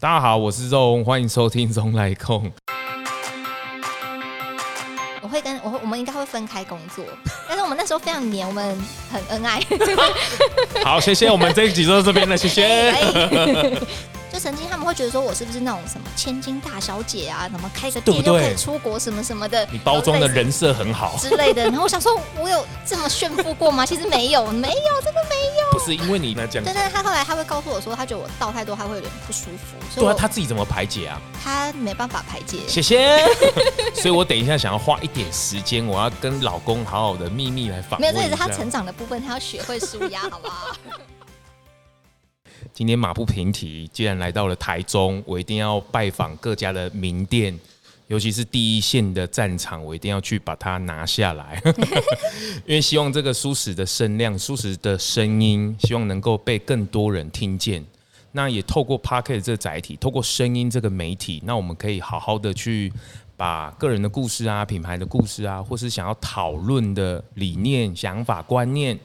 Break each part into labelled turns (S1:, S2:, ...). S1: 大家好，我是肉红，欢迎收听中来控。
S2: 我会跟我会我们应该会分开工作，但是我们那时候非常黏，我们很恩爱。对
S1: 好，谢谢，我们这一集就到这边了，谢 谢。
S2: 就曾经他们会觉得说我是不是那种什么千金大小姐啊，什么开个
S1: 对不
S2: 店就可
S1: 对
S2: 以出国什么什么的，
S1: 你包装的
S2: 然后类
S1: 人设很 好，
S2: 似之类的。然后我想说，我有这么炫富过吗？其实没有，没有，真的没
S1: 不
S2: 有。
S1: 是因为你那这样
S2: 对，，啊但是他后来他会告诉我说，他觉得我倒太多，他会有点不舒服，所以
S1: 对
S2: 我
S1: 啊，他自己怎么排解啊？
S2: 他没办法排解。
S1: 谢 谢。所以我等一下想要花一点时间，我要跟老公好好的秘密来访
S2: 没有，
S1: 问
S2: 这也是
S1: 一
S2: 他
S1: 下
S2: 成。长的部分，他要学会舒压，好不好？
S1: 今天马不停蹄，既然来到了台中，我一定要拜访各家的名店，尤其是第一线的战场，我一定要去把它拿下来， 因为希望这个舒适的声量、舒适的声音，希望能够被更多人听见。那也透过 p o c k e t 这个载体，透过声音这个媒体，那我们可以好好的去把个人的故事啊、品牌的故事啊，或是想要讨论的理念、想法、观念，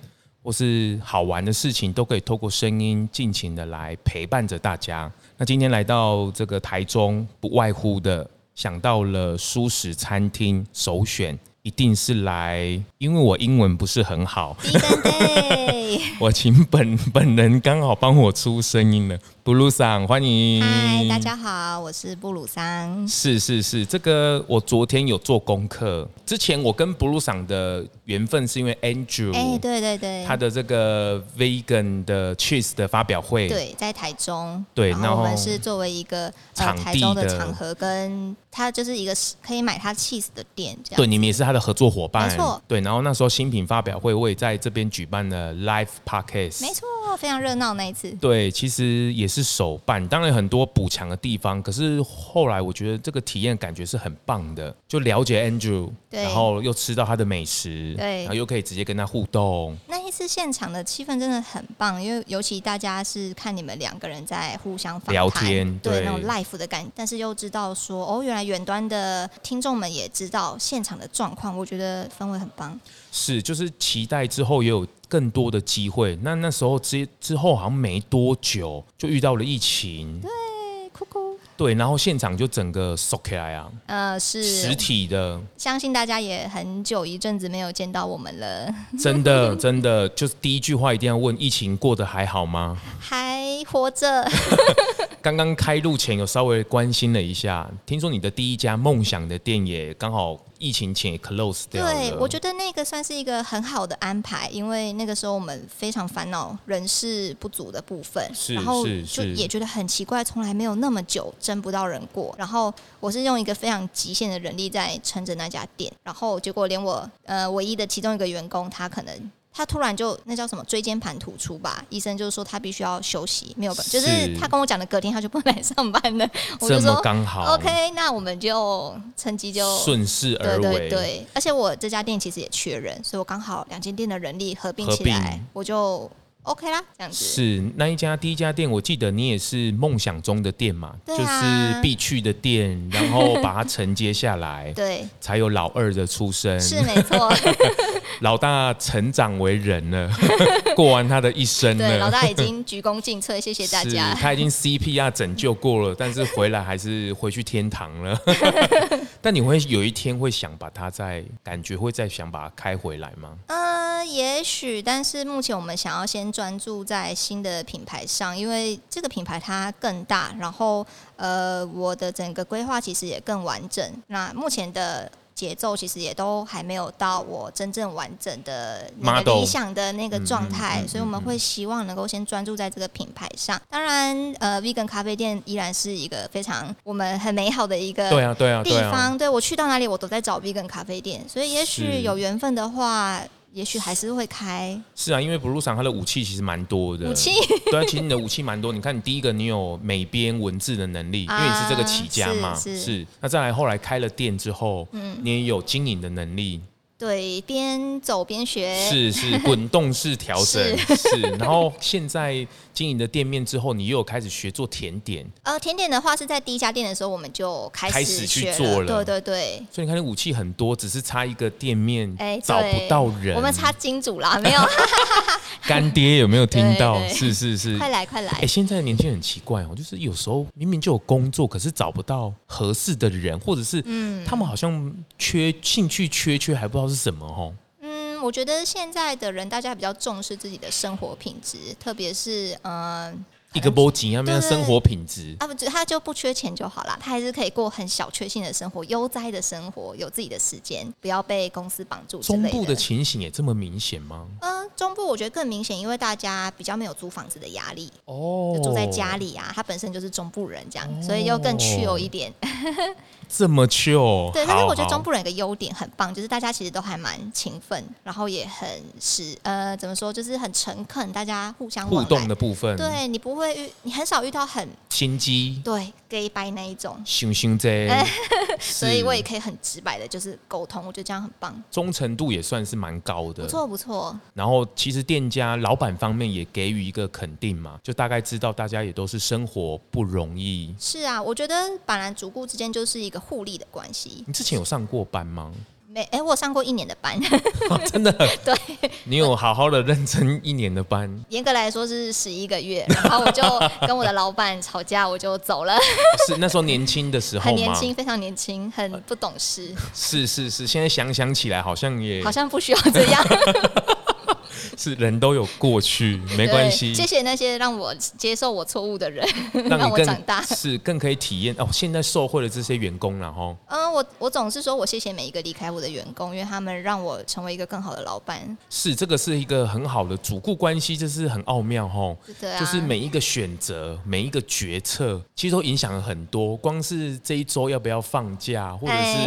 S1: 或是好玩的事情，都可以透过声音尽情的来陪伴着大家。那今天来到这个台中，不外乎的想到了舒适餐厅首选。一定是来，因为我英文不是很好，
S2: 第一针 对，
S1: 我请本本人刚好帮我出声音了。布鲁桑，欢迎！
S2: 嗨，大家好，我是布鲁桑。
S1: 是是是，这个我昨天有做功课。之前我跟布鲁桑的缘分是因为 Andrew，、
S2: 哎，对对对，
S1: 他的这个 Vegan 的 Cheese 的发表会，
S2: 对，在台中。
S1: 对
S2: 然
S1: 然
S2: 后我们
S1: 后
S2: 是作为一个呃
S1: 场
S2: 台
S1: 地
S2: 中的
S1: 的
S2: 场合，跟它就是一个是可以买它 cheese 的店这样。
S1: 对，你们也是他的合作伙伴，
S2: 没错
S1: 对，然后那时候新品发表会，我也在这边举办了 Live Podcast，
S2: 没。错，非常热闹那一次。
S1: 对，其实也是手办，当然很多补强的地方，可是后来我觉得这个体验感觉是很棒的，就了解 Andrew，
S2: 对
S1: 然后又吃到他的美食，
S2: 对
S1: 然后又可以直接跟他互动，
S2: 那一次现场的气氛真的很棒，因为尤其大家是看你们两个人在互相访谈
S1: 聊天
S2: 对
S1: 对
S2: 那种 l i f e 的感觉，但是又知道说哦，原来远端的听众们也知道现场的状况，我觉得氛围很棒。
S1: 是，就是期待之后也有更多的机会。那那时候之之后好像没多久就遇到了疫情，
S2: 哎，酷酷，
S1: 对，然后现场就整个收起来啊，
S2: 呃，是
S1: 实体的，
S2: 相信大家也很久一阵子没有见到我们了，
S1: 真的真的就是第一句话一定要问疫情过得还好吗？
S2: 还活着。
S1: 刚刚开录前有稍微关心了一下，听说你的第一家梦想的店也刚好疫情前也 close 掉了，
S2: 对，我觉得那个算是一个很好的安排，因为那个时候我们非常烦恼人事不足的部分，
S1: 是
S2: 然后
S1: 是
S2: 就是也觉得很奇怪，从来没有那么久争不到人过。然后我是用一个非常极限的人力在撑着那家店，然后结果连我呃唯一的其中一个员工，他可能。他突然就那叫什么椎间盘突出吧，医生就是说他必须要休息，没有办，就是是他跟我讲的隔天他就不能来上班了。我
S1: 这
S2: 就
S1: 么
S2: 说
S1: 刚好
S2: OK，那我们就趁机就
S1: 顺势而
S2: 对
S1: 为，
S2: 对对，而且我这家店其实也缺人，所以我刚好两间店的人力合并
S1: 合
S2: 起来，
S1: 并
S2: 我就 OK 啦，这样子。
S1: 是那一家第一家店，我记得你也是梦想中的店嘛，
S2: 对
S1: 就
S2: 啊，
S1: 是必去的店，然后把它承接下来
S2: 对，
S1: 才有老二的出生，
S2: 是没 错，
S1: 老大成长为人了， 过完他的一生
S2: 对，老
S1: 了。
S2: 大已经鞠躬尽瘁，谢谢大
S1: 嗯是
S2: 家。
S1: 他已经 CPR 拯救过了，但是回来还是回去天堂了。 但你会有一天会想把它再感觉会再想把它开回来吗？
S2: 呃，也许，但是目前我们想要先专注在新的品牌上，因为这个品牌它更大，然后呃，我的整个规划其实也更完整。那目前的节奏其实也都还没有到我真正完整的那个
S1: Model
S2: 理想的那个状态，
S1: 嗯嗯嗯
S2: 所以我们会希望能够先专注在这个品牌上。当然，呃，vegan 咖啡店依然是一个非常我们很美好的一个
S1: 对啊，对啊，
S2: 呃地
S1: 对啊。
S2: 方，对我去到哪里我都在找 vegan 咖啡店，所以也
S1: 是
S2: 许有缘分的话，也许还是会开
S1: 是啊，因为 Blue 厂它的武器其实蛮多的。
S2: 武器。
S1: 对啊，其实你的武器蛮多。你看，你第一个你有美编文字的能力，因为你是这个起家嘛，
S2: 啊是嗯是
S1: 那再来，后来开了店之后，你也有经营的能力，
S2: 对，边走边学，
S1: 是是滚动式调整，是。然后现在经营的店面之后，你又有开始学做甜点，
S2: 呃，甜点的话是在第一家店的时候我们就开
S1: 开始去
S2: 学
S1: 做了
S2: 对对对。
S1: 所以你看，你武器很多，只是差一个店面，
S2: 哎
S1: 找不
S2: 对
S1: 到人。
S2: 我们差金主啦，没有，哈哈哈哈啊
S1: 干爹有没有听到？
S2: 对对
S1: 是是是，
S2: 快来快来
S1: 哎、！现在的年轻人很奇怪哦，就是有时候明明就有工作，可是找不到合适的人，或者是
S2: 嗯
S1: 他们好像缺兴趣缺缺，还不知道是什么哦。
S2: 嗯，我觉得现在的人大家比较重视自己的生活品质，特别是呃
S1: 一个波及，他们的
S2: 对
S1: 生活品质
S2: 啊不，他就不缺钱就好啦，他还是可以过很小确幸的生活、悠哉的生活，有自己的时间，不要被公司绑住之
S1: 中
S2: 类
S1: 部
S2: 的
S1: 的情形也这么明显吗？
S2: 嗯、中部我觉得更明显，因为大家比较没有租房子的压力，
S1: 哦
S2: 就住在家，里啊，他本身就是中部人这样，所以又更去有一点。
S1: 哦这么久。
S2: 对，但是
S1: 哦好
S2: 我觉得中
S1: 好
S2: 部人有一个优点很棒，就是大家其实都还蛮勤奋，然后也很实呃怎么说，就是很诚恳，大家互相
S1: 互
S2: 往
S1: 动
S2: 来
S1: 的。部分，，
S2: 对你不会遇，你很少遇到很
S1: 心机、
S2: 对 gay 掰那一种，
S1: 熊熊在，所
S2: 所以我也可以很直白的，就是沟通，我觉得这样很棒，
S1: 忠诚度也算是蛮高
S2: 不
S1: 的。
S2: 错不错。
S1: 然后其实店家老板方面也给予一个肯定嘛，就大概知道大家也都是生活不容易。
S2: 是啊，我觉得板蓝主顾之间就是一个互利的关系。
S1: 你之前有上过班吗？
S2: 没，哎、我上过一年的班，
S1: 真的，
S2: 对，
S1: 你有好好的认真一年的班，
S2: 严格来说是十一个月，然后我 就跟我的老板吵架，我就走了。
S1: 是那时候年轻的时候吗？
S2: 很年轻，非常年轻，很不懂事，
S1: 是是是，现在想想起来好像也
S2: 好像不需要这 样。
S1: 是人都有过去，没
S2: 没
S1: 关系，
S2: 谢谢那些让我接受我错误的人，
S1: 让
S2: 让
S1: 你
S2: 我
S1: 更
S2: 长大。
S1: 是更可以体验哦。现在受惠的这些员工啦，然后
S2: 嗯，我我总是说我谢谢每一个离开我的员工，因为他们让我成为一个更好的老板。
S1: 是这个是一个很好的主顾关系，这是很奥妙吼。
S2: 是的啊，
S1: 就是每一个选择、每一个决策，其实都影响了很多。光是这一周要不要放假，或者
S2: 哎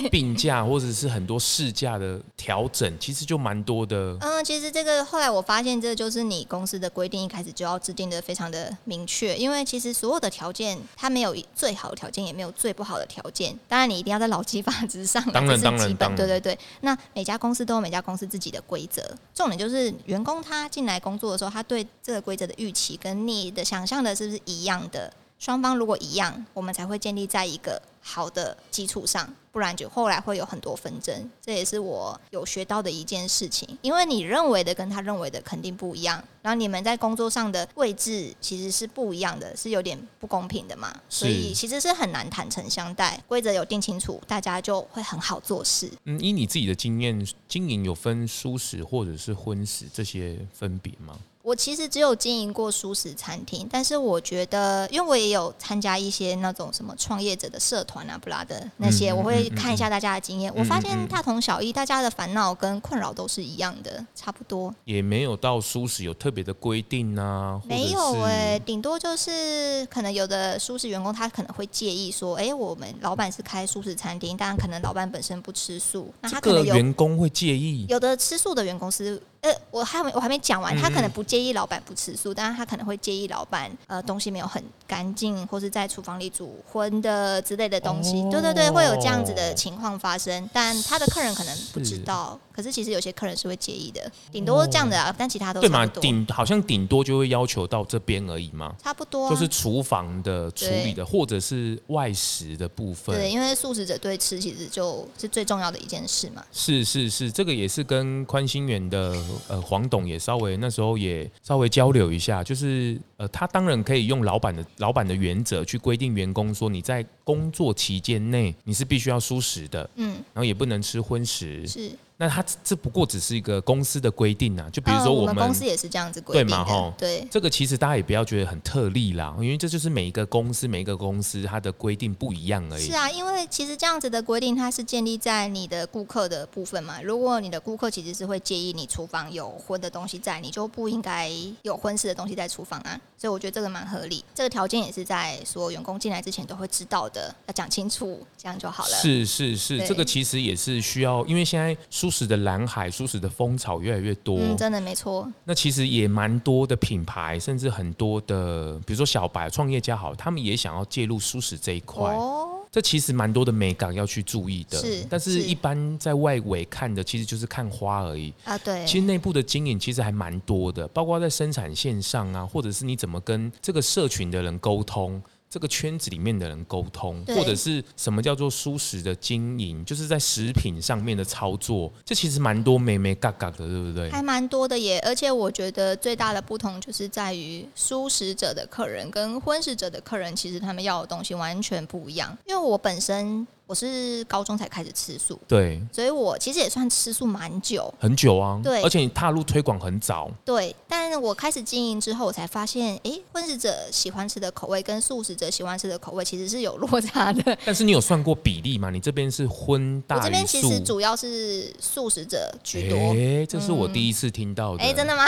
S1: 是病假， 或者是很多事假的调整，其实就蛮多的。
S2: 嗯，其实这个后来我发现，这就是你公司的规定一开始就要制定的非常的明确，因为其实所有的条件，它没有最好的条件，也没有最不好的条件。当然，你一定要在劳基法之上啊，
S1: 当然
S2: 这
S1: 当
S2: 是
S1: 然
S2: 基
S1: 当
S2: 本。
S1: 然
S2: 对对对。那每家公司都有每家公司自己的规则，重点就是员工他进来工作的时候，他对这个规则的预期跟你的想象的是不是一样的？双方如果一样，我们才会建立在一个好的基础上，不然就后来会有很多纷争。这也是我有学到的一件事情，因为你认为的跟他认为的肯定不一样，然后你们在工作上的位置其实是不一样的，是有点不公平的嘛。所
S1: 是
S2: 以其实是很难坦诚相待，规则有定清楚，大家就会很好做事。
S1: 嗯，以你自己的经验，经营有分素食或者是荤食这些分别吗？
S2: 我其实只有经营过素食餐厅，但是我觉得，因为我也有参加一些那种什么创业者的社团啊、布拉的那些，
S1: 嗯嗯
S2: 我会看一下大家的经验。我发
S1: 嗯嗯
S2: 现大同小异，大家的烦恼跟困扰都是一样的，差不多。
S1: 也没有到素食有特别的规定啊，或者
S2: 没有
S1: 是
S2: 哎、顶多就是可能有的素食员工他可能会介意说，哎、我们老板是开素食餐厅，当然可能老板本身不吃素，那他
S1: 这
S2: 可
S1: 个
S2: 能有
S1: 员工会介意
S2: 有的吃素的员工是，呃，我还没我还没讲完，他可
S1: 嗯
S2: 能不介意老板不吃素，但是他可能会介意老板呃东西没有很干净，或是在厨房里煮荤的之类的东西。
S1: 哦
S2: 对对对，会有这样子的情况发生，但他的客人可能不知道，可是其实有些客人是会介意的，顶多这样的啊，但其他都
S1: 哦对
S2: 差
S1: 嘛？
S2: 不多，
S1: 顶好像顶多就会要求到这边而已嘛。
S2: 差不多、啊。
S1: 就是厨房的处理的，或者是外食的部分。
S2: 对，因为素食者对吃其实就是最重要的一件事嘛。
S1: 是是是，这个也是跟宽心园的呃黄董也稍微那时候也稍微交流一下，就是呃他当然可以用老板的老板的原则去规定员工说你在工作期间内你是必须要素食的，
S2: 嗯，
S1: 然后也不能吃荤食。
S2: 是。
S1: 那他这这不过只是一个公司的规定啊，就比如说
S2: 嗯
S1: 我
S2: 我
S1: 们、
S2: 公司也是这样子规定
S1: 对嘛吼
S2: 的，对。
S1: 这个其实大家也不要觉得很特例啦，因为这就是每一个公司每一个公司它的规定不一样而已。
S2: 是啊，因为其实这样子的规定，它是建立在你的顾客的部分嘛。如果你的顾客其实是会介意你厨房有荤的东西在，你就不应该有荤食的东西在厨房啊。所以我觉得这个蛮合理，这个条件也是在所有员工进来之前都会知道的，要讲清楚，这样就好了。
S1: 是是是，
S2: 对
S1: 这个其实也是需要，因为现在素食的蓝海、素食的风潮越来越多，
S2: 嗯，真的没错。
S1: 那其实也蛮多的品牌，甚至很多的，比如说小白创业家好，他们也想要介入素食这一块，
S2: 哦，
S1: 这其实蛮多的美感要去注意的。
S2: 是
S1: 但是
S2: 是
S1: 一般在外围看的，其实就是看花而已。
S2: 啊，对，
S1: 其实内部的经营其实还蛮多的，包括在生产线上啊，或者是你怎么跟这个社群的人沟通。这个圈子里面的人沟通，
S2: 对
S1: 或者是什么叫做舒适的经营，就是在食品上面的操作，这其实蛮多美美嘎嘎的，对不对？
S2: 还蛮多的耶。而且我觉得最大的不同就是在于素食者的客人跟荤食者的客人，其实他们要的东西完全不一样。因为我本身我是高中才开始吃素，
S1: 对，
S2: 所以我其实也算吃素蛮久。
S1: 很久啊，
S2: 对
S1: 而且你踏入推广很早，
S2: 对，但我开始经营之后，我才发现，诶，荤食者喜欢吃的口味跟素食者喜欢吃的口味其实是有落差的。
S1: 但是你有算过比例吗？你这边是荤大
S2: 我
S1: 于素，
S2: 这边其实主要是素食者居多。嗯
S1: 哎、这是我第一次听到的，
S2: 诶，真的嗯吗？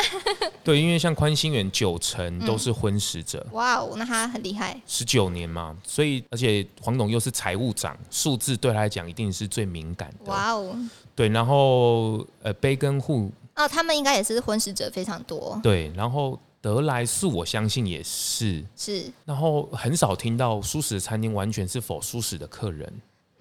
S1: 对，因为像宽心园九成都是荤食者。
S2: 哇哦，那他很厉害。
S1: 十九年嘛，所以而且黄董又是财务长，数字对他来讲一定是最敏感的。
S2: 哇哦，
S1: 对，然后呃，杯根户
S2: 哦，他们应该也是荤食者非常多。
S1: 对，然后德莱素我相信也是，
S2: 是，
S1: 然后很少听到素食的餐厅完全是否素食的客人，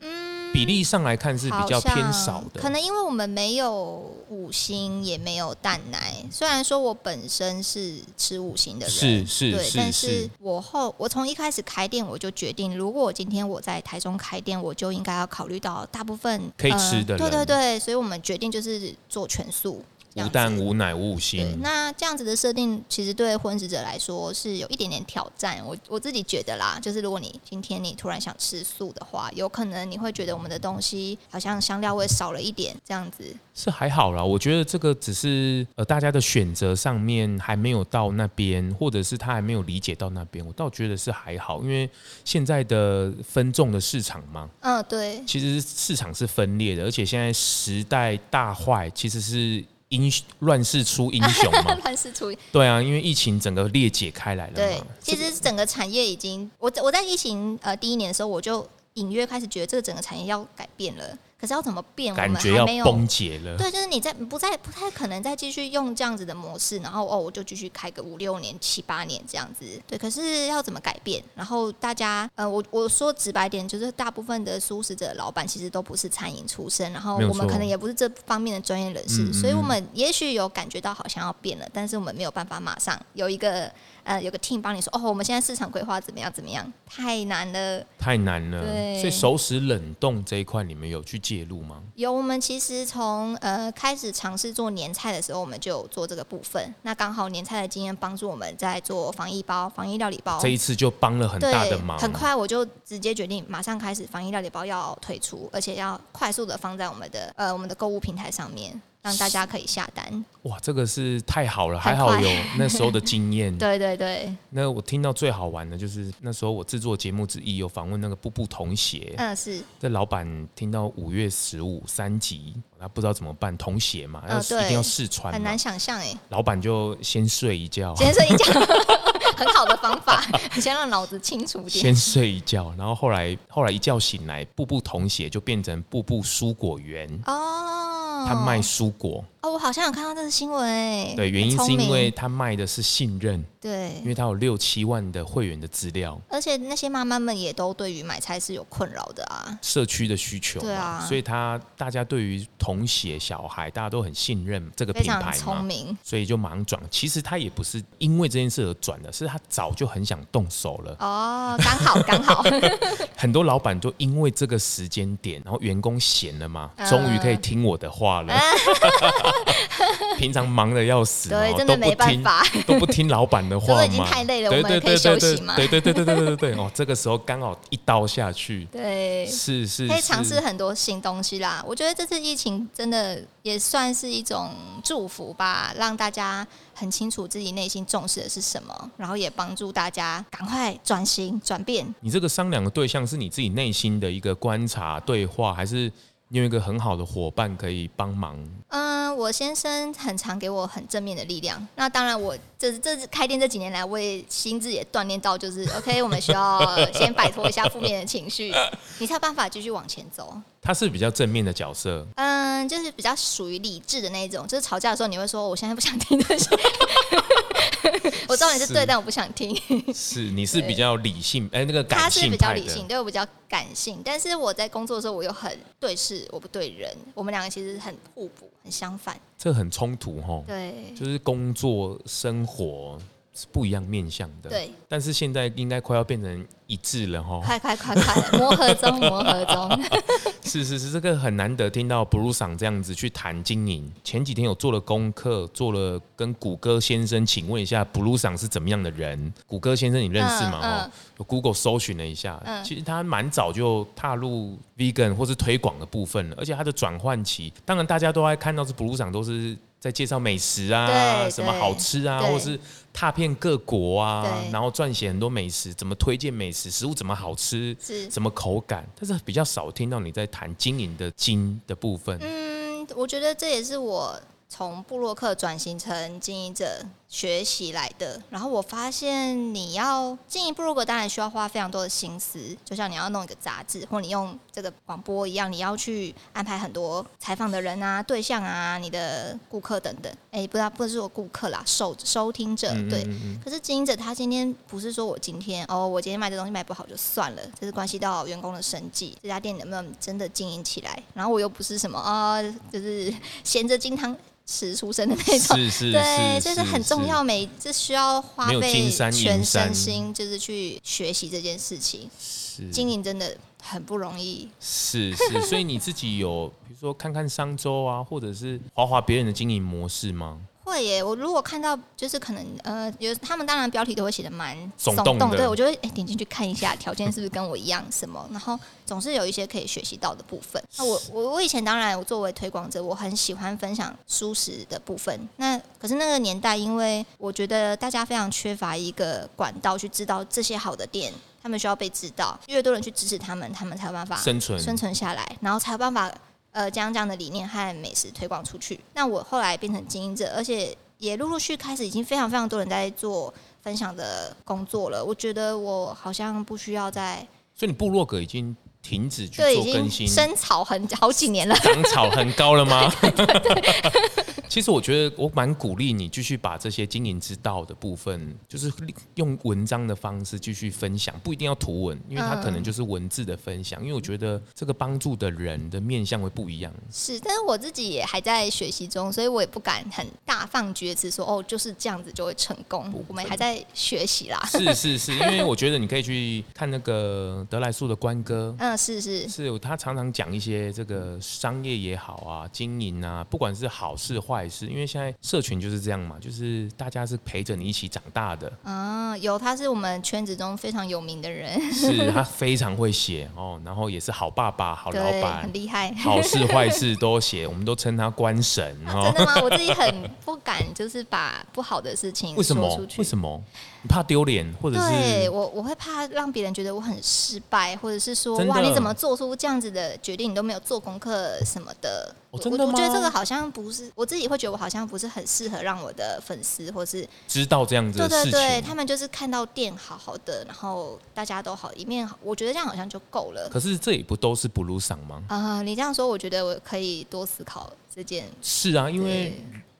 S1: 嗯，比例上来看是比
S2: 好
S1: 较
S2: 像
S1: 偏少的，
S2: 可能因为我们没有五星，也没有蛋奶。虽然说我本身是吃五星的人，
S1: 是是
S2: 对，
S1: 是
S2: 但
S1: 是
S2: 是我后我从一开始开店，我就决定，如果我今天我在台中开店，我就应该要考虑到大部分
S1: 可以吃的
S2: 呃，对
S1: 人
S2: 对对，所以我们决定就是做全素，这样
S1: 无
S2: 子
S1: 蛋无奶无五
S2: 对，
S1: 星，
S2: 那这样子的设定，其实对婚食者来说是有一点点挑战。我我自己觉得啦，就是如果你今天你突然想吃素的话，有可能你会觉得我们的东西好像香料味少了一点，这样子。
S1: 是还好啦。我觉得这个只是呃大家的选择上面还没有到那边，或者是他还没有理解到那边，我倒觉得是还好，因为现在的分众的市场嘛，
S2: 嗯，对，
S1: 其实市场是分裂的，而且现在时代大坏，其实是英雄乱世出英雄
S2: 。
S1: 嘛
S2: 乱世厨艺。
S1: 对啊，因为疫情整个裂解开来了
S2: 对
S1: 嘛。，
S2: 其实整个产业已经，我我在疫情呃第一年的时候，我就隐约开始觉得这个整个产业要改变了。可是要怎么变，我
S1: 感
S2: 们
S1: 觉要
S2: 还没有
S1: 崩解了。
S2: 对，就是你在不再不太可能再继续用这样子的模式，然后哦，我就继续开个五六年、七八年这样子。对，可是要怎么改变？然后大家，呃，我我说直白点，就是大部分的素食者老板其实都不是餐饮出身，然后
S1: 没有
S2: 我们
S1: 错
S2: 可能也不是这方面的专业人士，
S1: 嗯嗯
S2: 所以
S1: 嗯
S2: 我们也许有感觉到好像要变了，但是我们没有办法马上有一个呃有个 team 帮你说，哦，我们现在市场规划怎么样怎么样，太难了。
S1: 太难了。
S2: 对
S1: 所以熟食冷冻这一块，你们有去介入吗？
S2: 有，我们其实从呃开始尝试做年菜的时候，我们就有做这个部分。那刚好年菜的经验帮助我们在做防疫包、防疫料理包。
S1: 这一次就帮了很
S2: 哦对
S1: 大的，忙。
S2: 很快我就直接决定，马上开始防疫料理包要推出，而且要快速的放在我们的呃我们的购物平台上面，让大家可以下单。
S1: 哇，这个是太好了，还
S2: 很快
S1: 好有那时候的经验。
S2: 对对对，
S1: 那我听到最好玩的就是那时候我制作节目之一有访问那个步步童鞋，
S2: 嗯是，
S1: 这老板听到五月十五三级，他不知道怎么办，童鞋嘛，
S2: 嗯
S1: 要、
S2: 对
S1: 一定要试穿
S2: 很
S1: 嘛
S2: 难，想象哎，
S1: 老板就先睡一觉，
S2: 先生你讲很好的方法，先让脑子清楚 点。
S1: 先睡一觉，然后后来后来一觉醒来，步步童鞋就变成步步蔬果园，
S2: 哦，
S1: 他卖蔬果，
S2: 哦，我好像有看到这个新闻哎。
S1: 对，原因
S2: 很
S1: 是
S2: 聪
S1: 因
S2: 明
S1: 为他卖的是信任，因
S2: 对，
S1: 为他有六七万的会员的资料，
S2: 而且那些妈妈们也都对于买菜是有困扰的啊。
S1: 社区的需求嘛，
S2: 对啊
S1: 所以他大家对于童鞋小孩，大家都很信任这个
S2: 非
S1: 品
S2: 常
S1: 牌
S2: 聪
S1: 嘛。
S2: 明，
S1: 所以就忙转，其实他也不是因为这件事而转的，是他早就很想动手了。
S2: 哦，刚好刚好，
S1: 很多老板就因为这个时间点，然后员工闲了嘛，
S2: 嗯
S1: 终于可以听我的话了。平常忙的要死，
S2: 对
S1: 哦
S2: 真的
S1: 都不
S2: 没办
S1: 听
S2: 法，
S1: 都不听老板的话嘛，
S2: 真的已经太累了
S1: 对
S2: 我们也
S1: 对
S2: 可
S1: 对
S2: 以
S1: 对
S2: 休息
S1: 对
S2: 嘛
S1: 对对对对对对对对，哦，这个时候刚好一刀下去，
S2: 对，
S1: 是是，
S2: 可以尝试
S1: 是
S2: 很多新东西啦。我觉得这次疫情真的也算是一种祝福吧，让大家很清楚自己内心重视的是什么，然后也帮助大家赶快转型转变。
S1: 你这个商量的对象是你自己内心的一个观察对话，还是你有一个很好的伙伴可以帮忙？
S2: 嗯，我先生很常给我很正面的力量。那当然我，这这开店这几年来，我也心智也锻炼到，就是 OK，我们 需要先摆脱一下负面的情绪，你才有办法继续往前走。
S1: 他是比较正面的角 色，
S2: 嗯，就是比较属于理智的那一种，就是吵架的时候你会说我现在不想听这些， 我知道你是对，
S1: 是
S2: 但我不想听。
S1: 是你是比较理性，哎、那个
S2: 他
S1: 感
S2: 是
S1: 性
S2: 比较
S1: 派
S2: 理性，
S1: 的，
S2: 对我比较感性，但是我在工作的时候我又很对事，我不对人，我们两个其实很互补，很相反。
S1: 这很冲突哈。
S2: 对，
S1: 就是工作生活是不一样面向的。，
S2: 对，
S1: 但是现在应该快要变成一致了哈。
S2: 快快快快，磨合中，磨合中。
S1: 是是是，这个很难得听到 Blue 赏这样子去谈经营。前几天有做了功课，做了跟谷歌先生，请问一下 Blue 赏是怎么样的人？谷歌先生你认识吗？
S2: 嗯
S1: 哦
S2: 嗯、
S1: 有 Google 搜寻了一下，
S2: 嗯
S1: 其实他蛮早就踏入 vegan 或是推广的部分了，而且他的转换期，当然大家都爱看到是 Blue 赏都是。在介绍美食啊，
S2: 对
S1: 什么
S2: 对
S1: 好吃啊，
S2: 对
S1: 或是踏遍各国啊，
S2: 对
S1: 然后撰写很多美食，怎么推荐美食，食物怎么好吃，
S2: 是
S1: 什么口感，但是比较少听到你在谈经营的经的部分。
S2: 嗯，我觉得这也是我从布洛克转型成经营者学习来的。然后我发现，你要经营布洛克，当然需要花非常多的心思，就像你要弄一个杂志，或你用这个广播一样，你要去安排很多采访的人啊、对象啊、你的顾客等等。哎，不知道不是我顾客啦，收收听者
S1: 嗯
S2: 对。
S1: 嗯嗯
S2: 可是经营者他今天不是说我今天哦，我今天卖这东西卖不好就算了，这是关系到员工的生计，这家店能不能真的经营起来？然后我又不是什么啊、哦就是咸着金汤匙出生的那种，
S1: 是是
S2: 对，
S1: 是，
S2: 这是很重要，每这需要花
S1: 没有
S2: 费
S1: 金山银
S2: 全
S1: 山
S2: 身心，就是去学习这件事情。
S1: 是。
S2: 经营真的很不容易，
S1: 是是，所以你自己有 比如说看看商周啊，或者是划划别人的经营模式吗？
S2: 会耶，我如果看到就是可能呃，有他们当然标题都会写的蛮
S1: 耸
S2: 耸
S1: 动的
S2: 对我就会哎点进去看一下条件是不是跟我一样什么，然后总是有一些可以学习到的部分。那我我我以前当然我作为推广者，我很喜欢分享舒适的部分。那可是那个年代，因为我觉得大家非常缺乏一个管道去知道这些好的店。他们需要被知道，越多人去支持他们，他们才有办法
S1: 生存
S2: 啊生存下来，然后才有办法呃将这样的理念和美食推广出去。那我后来变成经营者，而且也陆陆续开始已经非常非常多人在做分享的工作了。我觉得我好像不需要再
S1: 所以你部落格已经停止去
S2: 对已
S1: 做
S2: 经
S1: 更新，
S2: 生草很好几年了。
S1: 长草很高了吗？ 其实我觉得我蛮鼓励你继续把这些经营之道的部分，就是用文章的方式继续分享，不一定要图文，因为它
S2: 嗯
S1: 可能就是文字的分享。因为我觉得这个帮助的人的面向会不一样。
S2: 是，但是我自己也还在学习中，所以我也不敢很大放厥词说哦就是这样子就会成功。我们还在学习啦。
S1: 是是是，因为我觉得你可以去看那个德莱素的关哥，
S2: 嗯，是是，
S1: 是有他常常讲一些这个商业也好啊，经营啊，不管是好事坏事，因为现在社群就是这样嘛，就是大家是陪着你一起长大的，
S2: 啊，有他是我们圈子中非常有名的人，
S1: 是他非常会写哦，然后也是好爸爸、好老
S2: 对，
S1: 板
S2: 很，厉害。
S1: 好事坏事都写，我们都称他官神
S2: 真
S1: 哦。
S2: 的吗？我自己很不敢，就是把不好的事情
S1: 为什么
S2: 说出？去。
S1: 为什么？你怕丢脸，或者
S2: 对
S1: 是
S2: 我，我会怕让别人觉得我很失败，或者是说
S1: 真的
S2: 哇，你怎么做出这样子的决定？你都没有做功课什么的。
S1: 哦
S2: 我
S1: 真的吗
S2: 我我觉得这个好像不是我自己会觉得我好像不是很适合让我的粉丝或是
S1: 知道这样子
S2: 对
S1: 的
S2: 对
S1: 事
S2: 对，
S1: 情？
S2: 他们就是看到店好好的，然后大家都好一面好，我觉得这样好像就够了。
S1: 可是这也不都是布鲁赏吗？
S2: 啊、你这样说，我觉得我可以多思考这件。
S1: 是啊，因为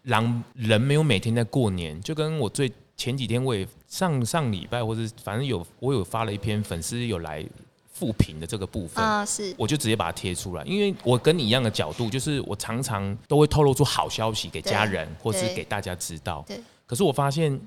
S1: 狼人没有每天在过年，就跟我最前几天我也上上礼拜，或者反正有我有发了一篇粉丝有来复评的这个部分。
S2: 啊、是
S1: 我就直接把它贴出来，因为我跟你一样的角度，就是我常常都会透露出好消息给家人，或是
S2: 对
S1: 给大家知道。
S2: 对，
S1: 可是我发现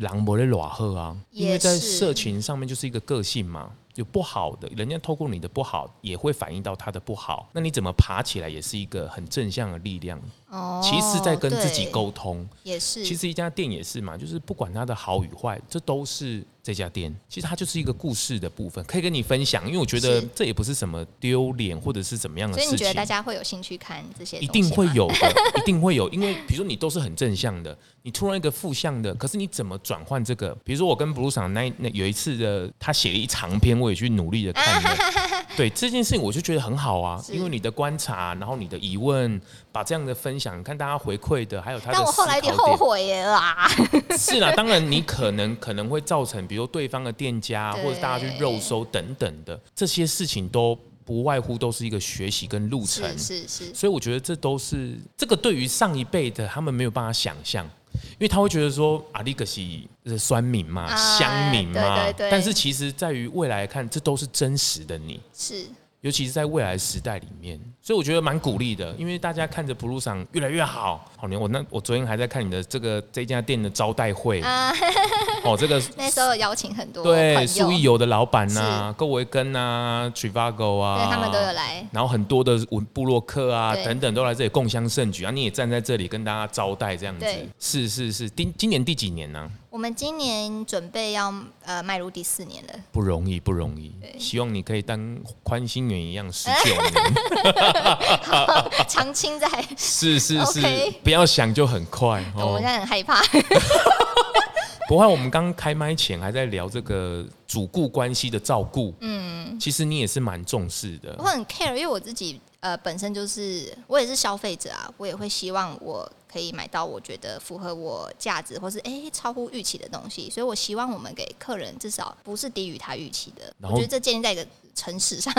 S1: 狼博的软赫啊，因为
S2: 也
S1: 在
S2: 是
S1: 社群上面就是一个个性嘛，有不好的，人家透过你的不好，也会反映到他的不好。那你怎么爬起来，也是一个很正向的力量。
S2: 哦，
S1: 其实，在跟自己
S2: 对
S1: 沟通。
S2: 也是，
S1: 其实一家店也是嘛，就是不管它的好与坏，这都是这家店。其实它就是一个故事的部分，可以跟你分享。因为我觉得
S2: 是
S1: 这也不是什么丢脸或者是怎么样的
S2: 所
S1: 事
S2: 以
S1: 情。
S2: 你觉得大家会有兴趣看这些？
S1: 哦一定会。有 的，一定会有，因为比如说你都是很正向的，你突然一个负向的，可是你怎么转换这个？比如说我跟布鲁赏那一那有一次的，他写了一长篇，我也去努力的看 了，对这件事情我就觉得很好啊，
S2: 是
S1: 因为你的观察，然后你的疑问，把这样的分享，看大家回馈的，还有他的
S2: 但我后来有点
S1: 思考
S2: 后
S1: 点
S2: 悔啊耶啦，
S1: 是啦，当然你可能可能会造成，比如对方的店家啊
S2: 对
S1: 或者大家去肉搜等等的这些事情，都不外乎都是一个学习跟路程。
S2: 是是是，
S1: 所以我觉得这都是这个对于上一辈的他们没有办法想象，因为他会觉得说啊，利可西是酸民嘛、
S2: 哎
S1: 乡民嘛，
S2: 对对对
S1: 但是其实在于未来看，这都是真实的你。
S2: 是
S1: 尤其是在未来时代里面，所以我觉得蛮鼓励的，因为大家看着普鲁赏哦越来越好。好，你我那我昨天还在看你的这个这家店的招待会，
S2: 啊，
S1: 哦，这个
S2: 那时候邀请很多
S1: 对
S2: 朋友
S1: 素一游的老板呐、啊，购维根啊 t r i v a g o 啊，
S2: 对他们都有来
S1: 然后很多的文部落客啊
S2: 对
S1: 等等都来这里共襄盛举啊，你也站在这里跟大家招待这样子
S2: 对，
S1: 是是是，今今年第几年啊呢、
S2: 我们今年准备要呃迈入第四年了，
S1: 不容易，不容易。希望你可以当宽心园一样十九年，
S2: 长青在，
S1: 是是是
S2: OK，
S1: 不要想就很 快
S2: 我
S1: 哦
S2: 现。在很害怕。
S1: 不过我们刚开麦前还在聊这个主顾关系的照顾，嗯，其实你也是蛮重视的
S2: 我，很 care，因为我自己呃本身就是我也是消费者啊，我也会希望我可以买到我觉得符合我价值或是诶超乎预期的东西，所以我希望我们给客人至少不是低于他预期的。我
S1: 然后
S2: 觉得这建立在一个诚实上，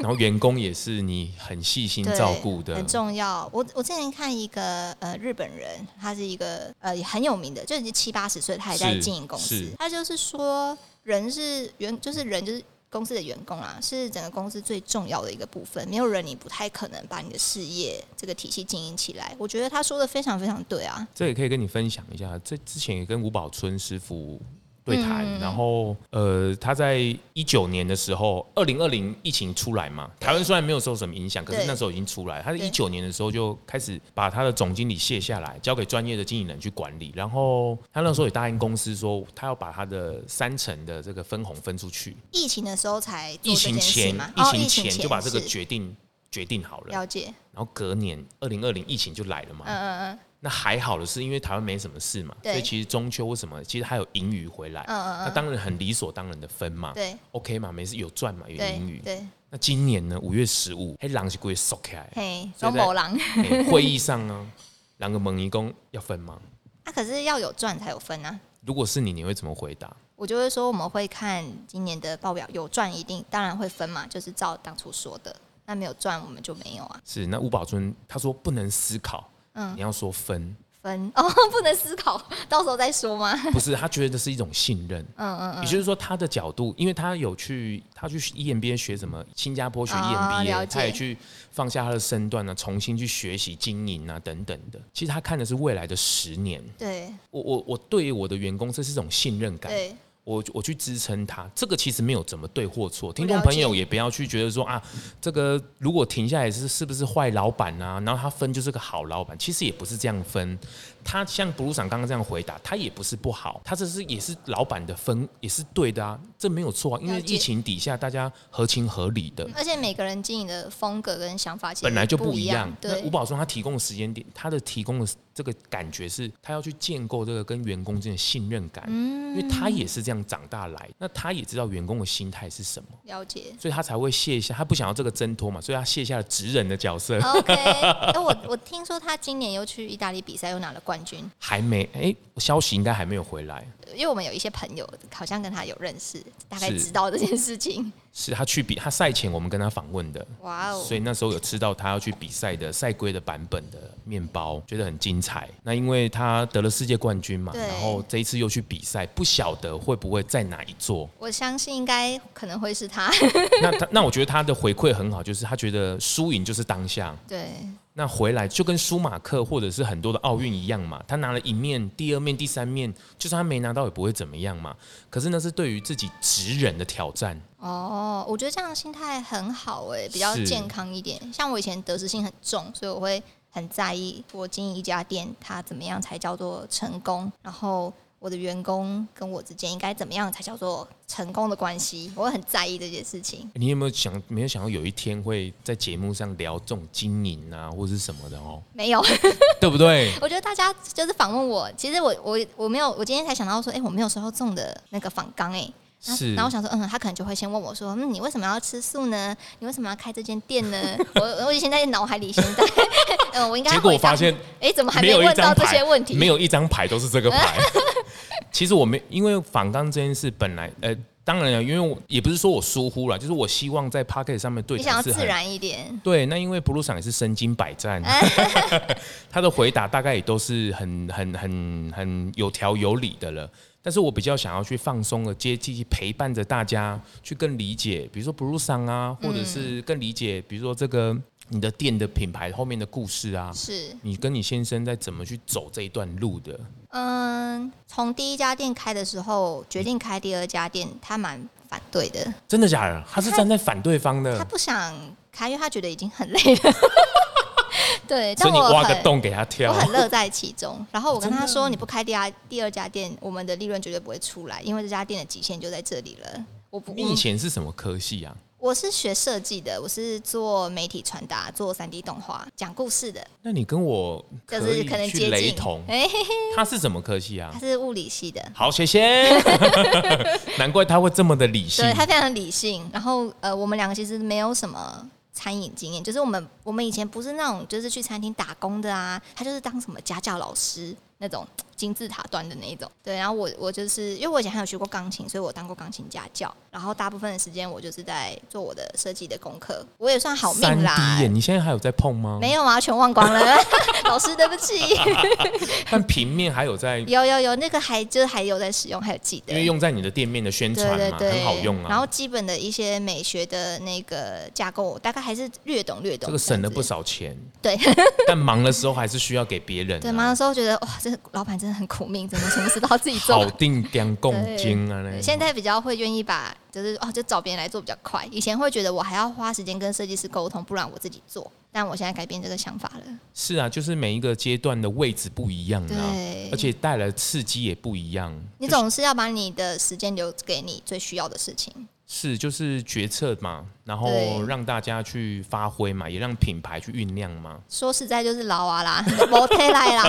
S1: 然后员工也是你很细心
S2: 对
S1: 照顾的
S2: 很，重要。我我之前看一个呃日本人，他是一个呃很有名的，就已经七八十岁，他还在
S1: 是
S2: 经营公司
S1: 是。
S2: 他就是说，人是员，就是人就是。公司的员工啊，是整个公司最重要的一个部分。没有人，你不太可能把你的事业这个体系经营起来。我觉得他说的非常非常对啊。
S1: 这也可以跟你分享一下。这之前也跟吴宝春师傅对谈，
S2: 嗯
S1: 然后呃，他在一九年的时候，二零二零疫情出来嘛，台湾虽然没有受什么影响，可是
S2: 对
S1: 那时候已经出来。他在
S2: 对
S1: 一九年的时候就开始把他的总经理卸下来，交给专业的经理人去管理。然后他那时候也答应公司说，他要把他的三成的这个分红分出去。
S2: 疫情的时候才做
S1: 疫
S2: 这
S1: 情
S2: 件事
S1: 前
S2: 嘛，，
S1: 疫
S2: 哦
S1: 情前就把这个
S2: 是
S1: 决定决定好了。
S2: 了解，
S1: 然后隔年二零二零疫情就来了嘛，
S2: 嗯嗯
S1: 那还好的是，因为台湾没什么事嘛，
S2: 对
S1: 所以其实中秋或什么，其实还有盈余回来，
S2: 嗯嗯
S1: 那
S2: 嗯，
S1: 当然很理所当然的分嘛
S2: 对
S1: ，OK 嘛，没事有赚嘛，有盈
S2: 对
S1: 余。
S2: 对，
S1: 那今年呢，五月十五，哎，狼是故意收起来，
S2: 嘿，
S1: 所以
S2: 龙
S1: 在
S2: 某狼，
S1: 嘿会议上呢，两个蒙尼工要分吗？
S2: 啊，可是要有赚才有分啊。
S1: 如果是你，你会怎么回答？
S2: 我就会说我们会看今年的报表，有赚一定当然会分嘛，就是照当初说的。那没有赚我们就没有啊，
S1: 是那吴宝尊他说不能思考，
S2: 嗯
S1: 你要说分，
S2: 分 哦不能思考， 到时候再说 吗？
S1: 不是他觉得这是一种信任，
S2: 嗯嗯
S1: 也就是说，他的角度，因为他有去，他去 EMBA 学什么，新加坡学 E
S2: 哦
S1: EMBA，、
S2: 了解
S1: 他也去放下他的身段呢、重新去学习经营啊等等的。其实他看的是未来的十年。
S2: 对
S1: 我我我对我的员工，这是一种信任感。
S2: 对，
S1: 我我去支撑他，这个其实没有怎么对或错，听众
S2: 了解
S1: 朋友也不要去觉得说啊，这个如果停下来是是不是坏老板啊？然后他分就是个好老板，其实也不是这样分。他像布鲁赏刚刚这样回答，他也不是不好，他这是也是老板的分，也是对的啊，这没有错啊，因为
S2: 了解
S1: 疫情底下大家合情合理的。
S2: 而且每个人经营的风格跟想法其实
S1: 本来就不
S2: 不
S1: 一
S2: 样
S1: 样。。那吴
S2: 对，
S1: 宝松他提供的时间点，他的提供的这个感觉是，他要去建构这个跟员工之间的信任感，因为他也是这样长大来，那他也知道员工的心态是什么。。
S2: 了解
S1: 所以他才会卸下，他不想要这个挣脱嘛，所以他卸下了职人的角色。
S2: OK，那我我听说他今年又去意大利比赛，又拿了冠军。
S1: 还没，哎、消息应该还没有回来，
S2: 因为我们有一些朋友好像跟他有认识，大概
S1: 是
S2: 知道这件事情。
S1: 是他去比他赛前我们跟他访问的，
S2: 哇哦
S1: 所，以那时候有吃到他要去比赛的赛规的版本的面包，觉得很精彩。那因为他得了世界冠军嘛，
S2: 对。
S1: 然后这一次又去比赛，不晓得会不会在哪一座
S2: 我相信应该可能会是 他。
S1: 那他那我觉得他的回馈很好，就是他觉得输赢就是当下，
S2: 对，
S1: 那回来就跟舒马克或者是很多的奥运一样嘛，他拿了一面、第二面、第三面，就算他没拿到也不会怎么样嘛。可是那是对于自己职人的挑战，
S2: 哦，我觉得这样的心态很好诶、比较
S1: 是
S2: 健康一点。像我以前得失心很重，所以我会很在意我经营一家店，它怎么样才叫做成功，然后我的员工跟我之间应该怎么样才叫做成功的关系，我会很在意这件事情。
S1: 你有没有想没有想到有一天会在节目上聊这种经营啊，或是什么的哦，
S2: 没有，
S1: 对不对？
S2: 我觉得大家就是访问我，其实我我我没有，我今天才想到说，诶，我没有收到中的那个访纲诶。欸然后
S1: 是
S2: 然后我想说，嗯，他可能就会先问我说，嗯，你为什么要吃素呢？你为什么要开这间店呢？我 我以前在脑海里现在， 嗯，我应该
S1: 结果
S2: 回
S1: 我
S2: 答
S1: 发现
S2: 哎、怎么还
S1: 没
S2: 没
S1: 有一
S2: 问到
S1: 张
S2: 这
S1: 牌，
S2: 些问题？
S1: 没有一张牌都是这个 牌。其实我没，因为反刚这件事本来，呃，当然了，因为我也不是说我疏忽了，就是我希望在 p o c k e t 上面对
S2: 你
S1: 谈
S2: 想要
S1: 是
S2: 自
S1: 很
S2: 然一点，
S1: 对，那因为布鲁赏也是身经百 战， 他的回答大概也都是很很很很有条有理的了。但是我比较想要去放松的接近陪伴
S2: 嗯
S1: 着大家，去更理解，比如说布鲁赏啊，或者是更理解，比如说这个你的店的品牌后面的故事啊，
S2: 是，
S1: 你跟你先生在怎么去走这一段路的？
S2: 嗯，从第一家店开的时候，决定开第二家店，他蛮反对的，
S1: 真的假的？他是站在反对方
S2: 他
S1: 的，
S2: 不想开，因为他觉得已经很累了。 对，
S1: 所
S2: 但
S1: 以你
S2: 我
S1: 挖个
S2: 很
S1: 洞给他跳
S2: 我。很乐在其 中。然后我跟
S1: 啊真
S2: 他
S1: 的
S2: 说：“你不开第二第二家店，我们的利润绝对不会出来，因为这家店的极限就在这里了。”我不，
S1: 你
S2: 我
S1: 以前是什么科系啊？
S2: 我是学设计的，我是做媒体传达、做三 D 动画、讲故事的，
S1: 那你跟我
S2: 就
S1: 可
S2: 是
S1: 以
S2: 可能
S1: 去
S2: 接
S1: 雷
S2: 近。
S1: 同。
S2: 哎、
S1: 他是什么科系啊
S2: 他？是物理系的，
S1: 好，谢 谢。难怪他会这么的理性
S2: 对。他非常理性。然后呃，我们两个其实没有什么餐饮经验，就是我们我们以前不是那种就是去餐厅打工的啊，他就是当什么家教老师那种金字塔端的那一种。对，然后我我就是因为我以前还有学过钢琴，所以我当过钢琴家教。然后大部分的时间我就是在做我的设计的功课，我也算好
S1: 三
S2: 命啦
S1: D 耶，。你现在还有在碰吗？
S2: 没有啊，全忘光了， 老师对不起。
S1: 但平面还有 在，因
S2: 有有有，那个还就是还有在使用，还有记得。
S1: 为用在你的店面的宣传
S2: 对对
S1: 嘛，
S2: 对，
S1: 很好用啊。
S2: 然后基本的一些美学的那个架构，我大概还是略懂略懂。
S1: 这个省了不
S2: 少。
S1: 少钱，
S2: 对
S1: 但忙的时候还是需要给别人、啊。
S2: 对，忙的时候觉得哇，这老板真的很苦命，怎么什么事都要自己做
S1: 好。定点共金啊，那
S2: 对现在比较会愿意把，就是哦，就找别人来做比较快。以前会觉得我还要花时间跟设计师沟通，不然我自己做。但我现在改变这个想法了。
S1: 是啊，就是每一个阶段的位置不一样啊，
S2: 对
S1: 而，且带来的刺激也不一样。
S2: 你
S1: 就是
S2: 总是要把你的时间留给你最需要的事情。
S1: 是就是决策嘛，然后
S2: 对
S1: 让大家去发挥嘛，也让品牌去酝酿嘛。
S2: 说实在就是劳啊啦， 摩天来啦。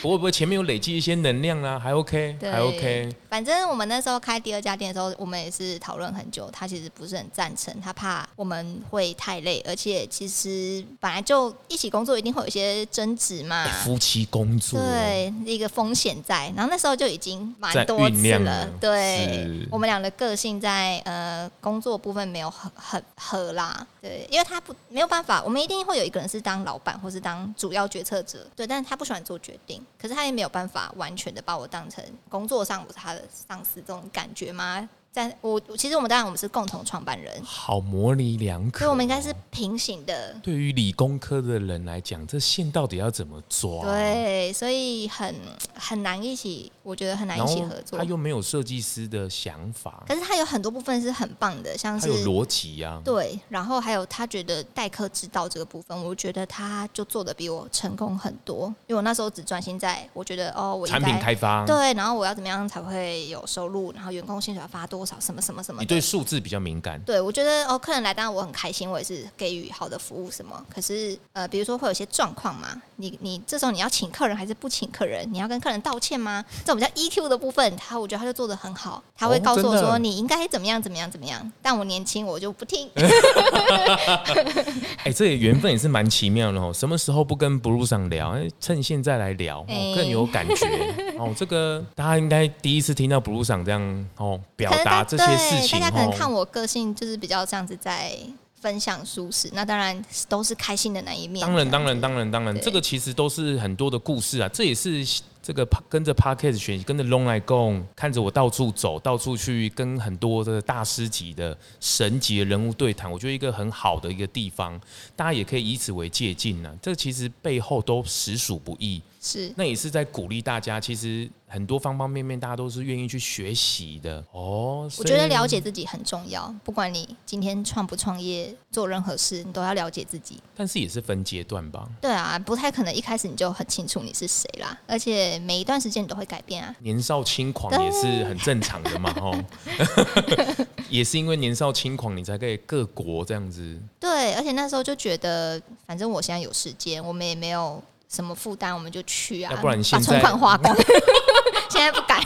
S1: 不过不过前面有累积一些能量啊，还 OK，
S2: 对
S1: 还 OK。
S2: 反正我们那时候开第二家店的时候，我们也是讨论很久。他其实不是很赞成，他怕我们会太累，而且其实本来就一起工作，一定会有一些争执嘛
S1: 哎。夫妻工作，
S2: 对，一个风险在。然后那时候就已经蛮
S1: 在
S2: 多
S1: 酝
S2: 次
S1: 酿
S2: 了
S1: 了。
S2: 对
S1: 是，
S2: 我们俩的个性在呃工作部分没有很很合啦。对，因为他不没有办法，我们一定会有一个人是当老板或是当主要决策者。对，但是他不喜欢做决定，可是他也没有办法完全的把我当成工作上我是他的上司这种感觉吗？在我其实我们当然我们是共同创办人，
S1: 好模棱两可哦。
S2: 所以我们应该是平行的。
S1: 对于理工科的人来讲，这线到底要怎么抓？。
S2: 对，所以很很难一起，我觉得很难
S1: 然
S2: 一起
S1: 后
S2: 合作。
S1: 他又没有设计师的想法，
S2: 可是他有很多部分是很棒的，像
S1: 他
S2: 是
S1: 有逻辑啊呀。
S2: 对，然后还有他觉得代课之道这个部分，我觉得他就做的比我成功很多，因为我那时候只专心在我觉得哦，我应
S1: 产品
S2: 该
S1: 开发，
S2: 对，然后我要怎么样才会有收入，然后员工薪水要发多少，什么什么什么
S1: 你
S2: 的。
S1: 对数字比较敏感，
S2: 对，我觉得哦，客人来，当然我很开心，我也是给予好的服务什么。可是呃，比如说会有一些状况嘛，你你这时候你要请客人还是不请客人？你要跟客人道歉吗？这种比较 EQ 的部分，他我觉得他就做的很好，他会
S1: 哦
S2: 告诉我
S1: 真的
S2: 说你应该怎么样怎么样怎么样。但我年轻，我就不听。
S1: 哎、这也缘分也是蛮奇妙的哦。什么时候不跟 Blue 上聊，哎趁现在来聊，哦
S2: 哎、
S1: 更有感觉哦。这个大家应该第一次听到 Blue 上这样哦表
S2: 可能
S1: 达
S2: 大
S1: 这些事
S2: 对
S1: 情
S2: 大家可能看
S1: 哦。
S2: 我个性就是比较这样子在分享舒适，那当然都是开心的那一面。
S1: 当然，当然，
S2: 然。
S1: 当然，当然，
S2: 对
S1: 这个其实都是很多的故事啊。这也是这个 pa- 跟着 Parkes 学习，跟着 Long 来共，看着我到处走，到处去跟很多的大师级的神级的人物对谈，我觉得一个很好的一个地方，大家也可以以此为借鉴呢、这其实背后都实属不易。
S2: 是
S1: 那也是在鼓励大家，其实很多方方面面，大家都是愿意去学习的哦。
S2: 我
S1: 所以
S2: 觉得了解自己很重要，不管你今天创不创业，做任何事，你都要了解自己。
S1: 但是也是分阶段 吧。
S2: 对啊，不太可能一开始你就很清楚你是谁啦，而且每一段时间你都会改变啊。
S1: 年少轻狂
S2: 对
S1: 也是很正常的嘛，哦， 也是因为年少轻狂，你才可以各国这样子。
S2: 对，而且那时候就觉得，反正我现在有时间，我们也没有什么负担，我们就去啊，
S1: 要不然现
S2: 把存
S1: 在
S2: 款花 光。现在不敢，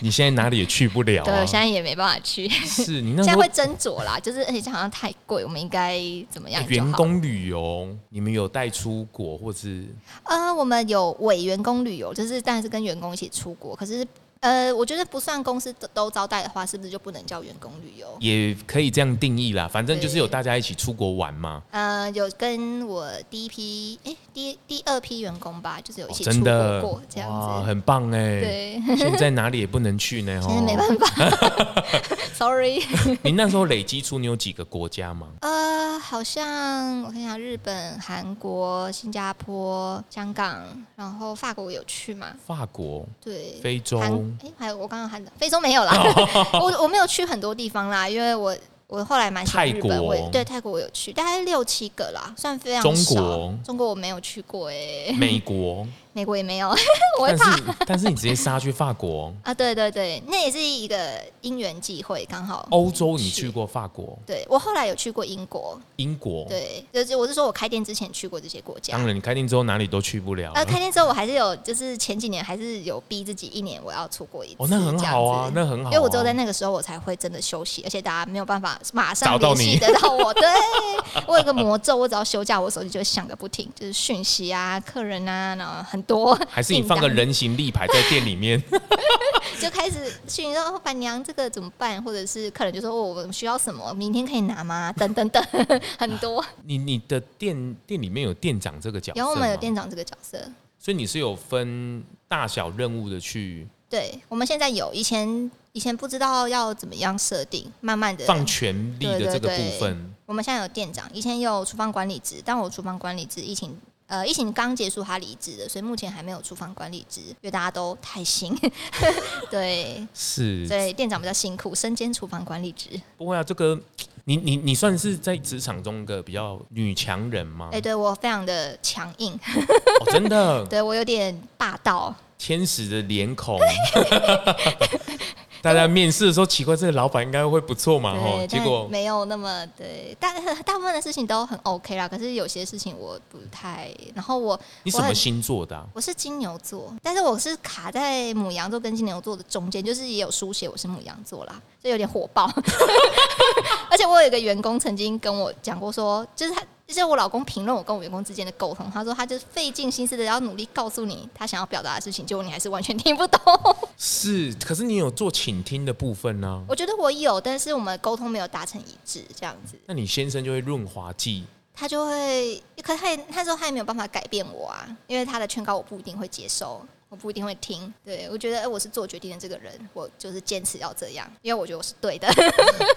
S1: 你现在哪里也去不了
S2: 对，
S1: 啊
S2: 我现？在也没办法去。
S1: 是你那
S2: 现
S1: 时
S2: 在
S1: 候
S2: 会斟酌啦，就是而且这好像太贵，我们应该怎么样
S1: 哎
S2: 就好
S1: 员工旅游，你们有带出国或是
S2: 呃，我们有伪员工旅游，就是但是跟员工一起出国，可是呃，我觉得不算公司都都招待的话，是不是就不能叫员工旅游？
S1: 也可以这样定义啦，反正就是
S2: 对
S1: 有大家一起出国玩嘛。
S2: 呃，有跟我第一批，哎、第第二批员工吧，就是有一
S1: 哦
S2: 起出
S1: 真
S2: 国
S1: 的
S2: 过这样
S1: 哇，
S2: 子。
S1: 很棒哎！
S2: 对，
S1: 现在哪里也不能去呢，
S2: 现在
S1: 哦。
S2: 没办法，sorry。
S1: 你那时候累积出你有几个国家吗？
S2: 呃，好像我看一下，日本、韩国、新加坡、香港，然后法国有去嘛？
S1: 法国、
S2: 对，
S1: 非洲，
S2: 韩哎、还有我刚刚韩非洲没 有啦，我我没有去很多地方啦，因为我我后来蛮喜欢日
S1: 泰
S2: 本，
S1: 国
S2: 我也对泰国我有去，大概六七个啦，算非常
S1: 中
S2: 少。
S1: 国
S2: 中国我没有去过哎、
S1: 美国，
S2: 美国也没有， 我会
S1: 但
S2: 怕
S1: 是但是你直接杀去法 国、
S2: 啊。对对对，那也是一个因缘际会，刚好。
S1: 欧洲，你去过法国、
S2: 对我后来有去过英国，
S1: 英国，
S2: 对，啊就是我是说我开店之前去过这些国
S1: 哦
S2: 家
S1: 当。然啊你开店之后哪里都去不了啊
S2: 呃，
S1: 了。
S2: 开店之后我还是有，就是前几年还是有逼自己一年我要出国一次，
S1: 哦，那很好啊，
S2: 这样子
S1: 那很好、啊。
S2: 因为我只有在那个时候我才会真的休息，而且大家没有办法马
S1: 找
S2: 上
S1: 到
S2: 联
S1: 你
S2: 系得到我。对，我有个魔咒，我只要休假，我手机就会响个不停，就是讯息啊、客人啊，然后很多。
S1: 还是你放个人形立牌在店里面，
S2: 就开始讯息说哦板娘这个怎么办，或者是客人就说、哦、我们需要什么，明天可以拿吗？等等 等，很多。
S1: 你你的店店里面有店长这个角色吗，
S2: 然后我们有店长这个角色，
S1: 所以你是有分大小任务的去
S2: 对我们现在有，以前以前不知道要怎么样设定，慢慢的
S1: 放权力的这个
S2: 对对
S1: 部
S2: 对
S1: 分，
S2: 我们现在有店长，以前有厨房管理职，但我厨房管理职疫情。呃，疫情刚结束，他离职的，所以目前还没有厨房管理职，因为大家都太新， 对，
S1: 是
S2: 所以店长比较辛苦，身兼厨房管理职。
S1: 不会啊，这个你你你算是在职场中的比较女强人吗？
S2: 哎、对我非常的强硬，
S1: 哦、真的，
S2: 对我有点霸道，
S1: 天使的脸孔。 大家面试的时候奇怪，这个老板应该会不错嘛？吼，
S2: 对，
S1: 结
S2: 但
S1: 果
S2: 没有那么对，大 大部分的事情都很 OK 啦，可是有些事情我不太，然后我
S1: 你什
S2: 我
S1: 么
S2: 很
S1: 星座的啊、
S2: 我是金牛座，但是我是卡在母羊座跟金牛座的中间，就是也有书写我是母羊座啦，就有点火爆。 而且我有一个员工曾经跟我讲过说，就是他，就是我老公评论我跟我员工之间的沟通，他说他就是费尽心思的要努力告诉你他想要表达的事情，结果你还是完全听不懂。
S1: 是，可是你有做倾听的部分呢、
S2: 我觉得我有，但是我们沟通没有达成一致，这样子。
S1: 那你先生就会润滑剂，
S2: 他就会，可他也那时候他也没有办法改变我啊，因为他的劝告我不一定会接受，我不一定会听。对我觉得，哎、我是做决定的这个人，我就是坚持要这样，因为我觉得我是对的，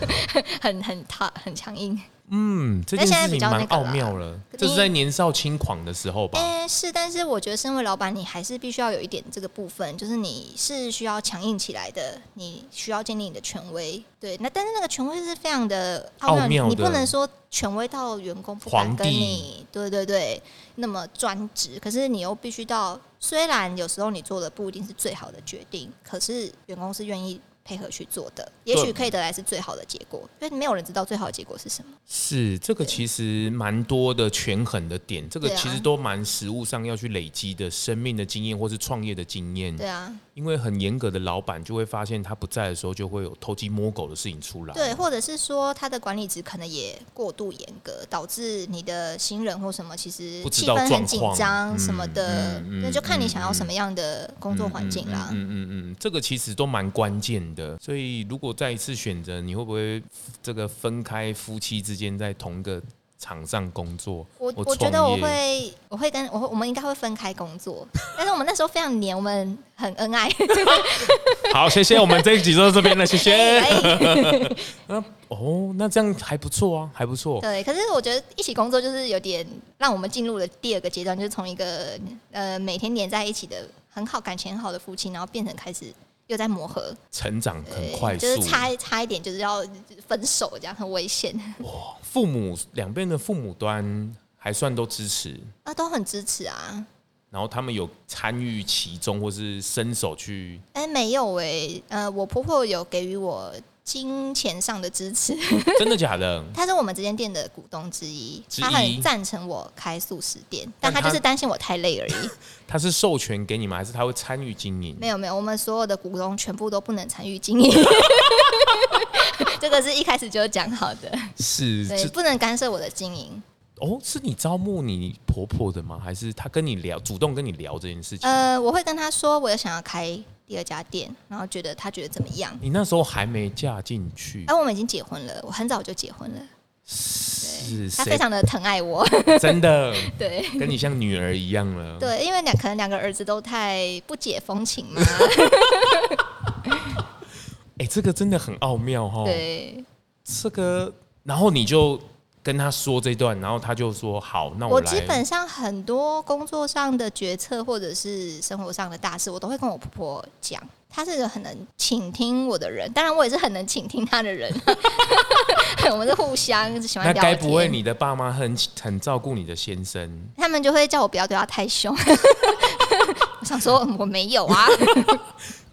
S2: 很很他很强硬。
S1: 嗯，这
S2: 但
S1: 件
S2: 现在
S1: 事情
S2: 比较
S1: 蛮
S2: 那个
S1: 奥
S2: 啦
S1: 妙了。
S2: 你
S1: 这是在年少轻狂的时候吧？
S2: 哎、是，但是我觉得身为老板，你还是必须要有一点这个部分，就是你是需要强硬起来的，你需要建立你的权威。对，那但是那个权威是非常的奥
S1: 奥妙的
S2: 你不能说权威到员工不敢
S1: 皇帝
S2: 跟你，对对对，那么专职。可是你又必须到，虽然有时候你做的不一定是最好的决定，可是员工是愿意。配合去做的，也
S1: 对
S2: 许可以得来是最好的结果，因为没有人知道最好的结果是什么。
S1: 是，这个其实蛮多的权衡的点，这个
S2: 对啊
S1: 其实都蛮实物上要去累积的生命的经验或是创业的经验。
S2: 对啊，
S1: 因为很严格的老板就会发现他不在的时候，就会有偷鸡摸狗的事情出来。
S2: 对，，或者是说他的管理值可能也过度严格，导致你的新人或什么其实
S1: 不知
S2: 气
S1: 道
S2: 氛
S1: 状
S2: 很紧
S1: 况
S2: 张什么
S1: 嗯
S2: 的
S1: 嗯嗯，
S2: 那就看你
S1: 嗯
S2: 想要什么样的工作环境啦。
S1: 嗯嗯嗯嗯嗯这个其实都蛮关键的。所以如果再一次选择，你会不会这个分开夫妻之间在同一个场上工作？
S2: 我
S1: 我
S2: 我觉得
S1: 创
S2: 我
S1: 业
S2: 会我会跟我会我们应该会分开工作，但是我们那时候非常黏，我们很恩爱。
S1: 好，谢谢，我们这一集就到这边了，谢谢。
S2: 哎
S1: 哦，那这样还不错啊，还不错。
S2: 对，可是我觉得一起工作就是有点让我们进入了第二个阶段，就是从一个呃每天黏在一起的很好感情很好的夫妻，然后变成开始又在磨合。
S1: 成长很
S2: 对
S1: 快速，
S2: 就是差一差一点就是要分手，这样很危险。
S1: 父母两边的父母端还算都支持，
S2: 啊，都很支持啊。
S1: 然后他们有参与其中或是伸手 去，
S2: 哎、没有哎、呃，我婆婆有给予我金钱上的支持，
S1: 真的假的？
S2: 她是我们这间店的股东之一，
S1: 之一
S2: 她很赞成我开素食店，
S1: 但
S2: 但
S1: 她
S2: 她就是担心我太累而已。
S1: 他是授权给你们，还是他会参与经营？
S2: 没有没有，我们所有的股东全部都不能参与经营。 这个是一开始就讲好的，
S1: 是
S2: 对，
S1: 这
S2: 不能干涉我的经营。
S1: 哦，是你招募你婆婆的吗？还是他跟你聊，主动跟你聊这件事情？
S2: 呃，我会跟她说我有想要开第二家店，然后觉得她觉得怎么样，
S1: 你那时候还没嫁进去，
S2: 哎、我们已经结婚了，我很早就结婚了。
S1: 是
S2: 他
S1: 谁
S2: 非常的疼爱 我，
S1: 真 的
S2: 对
S1: 跟你像女儿一样了？
S2: 对，因为两可能两个儿子都太不解风情嘛，
S1: 哎、这个真的很奥妙哈。
S2: 对
S1: 这个，然后你就跟他说这段，然后他就说好，那
S2: 我
S1: 来。
S2: 基本上很多工作上的决策或者是生活上的大事，我都会跟我婆婆讲。她是个很能倾听我的人，当然我也是很能倾听她的人。 我们是互相喜欢
S1: 那
S2: 聊天。
S1: 该不会你的爸妈很很照顾你的先生？
S2: 他们就会叫我不要对他太凶。 我想说嗯我没有啊，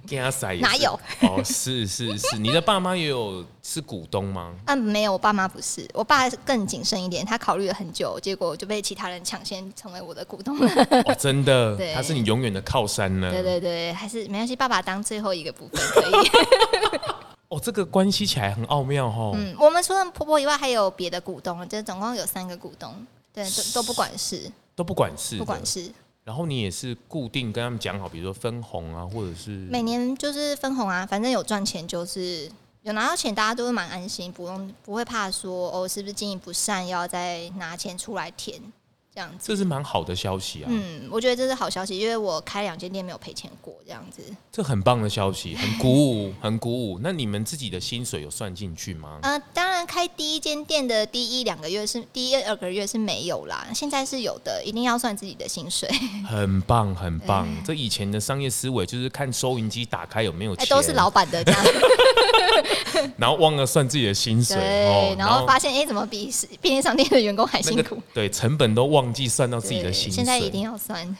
S1: 跟他塞也是
S2: 哪有？
S1: 哦，是是是，你的爸妈也有是股东 吗？
S2: 啊没有，我爸妈不是，我爸更谨慎一点，他考虑了很久，结果就被其他人抢先成为我的股东了。
S1: 哦，真的
S2: 对，
S1: 他是你永远的靠山呢。
S2: 对对对，还是没关系，爸爸当最后一个部分可以。
S1: 哦，这个关系起来很奥妙哦。
S2: 嗯，我们除了婆婆以外，还有别的股东，就是总共有三个股东，对，都都不管事，
S1: 都不管事，
S2: 不管。事，
S1: 然后你也是固定跟他们讲好，比如说分红啊，或者是
S2: 每年就是分红啊，反正有赚钱就是有拿到钱，大家都会蛮安心，不用不会怕说哦，是不是经营不善，要再拿钱出来填这样子。
S1: 这是蛮好的消息啊，
S2: 嗯，我觉得这是好消息，因为我开两间店没有赔钱过，这样子。
S1: 这很棒的消息，很鼓舞，很 鼓舞。那你们自己的薪水有算进去吗？
S2: 呃，当然开第一间店的第一两个月是第一二个月是没有啦，现在是有的，一定要算自己的薪 水，
S1: 很棒，很棒。这以前的商业思维就是看收银机打开有没有
S2: 哎、
S1: 钱，
S2: 都是老板的这样。
S1: 然后忘了算自己的薪 水
S2: 对
S1: 哦，，
S2: 然后发现哎、诶怎么比是便利商店的员工还
S1: 那
S2: 辛
S1: 个
S2: 苦？
S1: 对成本都忘记算到自己的
S2: 对
S1: 薪水。
S2: 现在一定要算。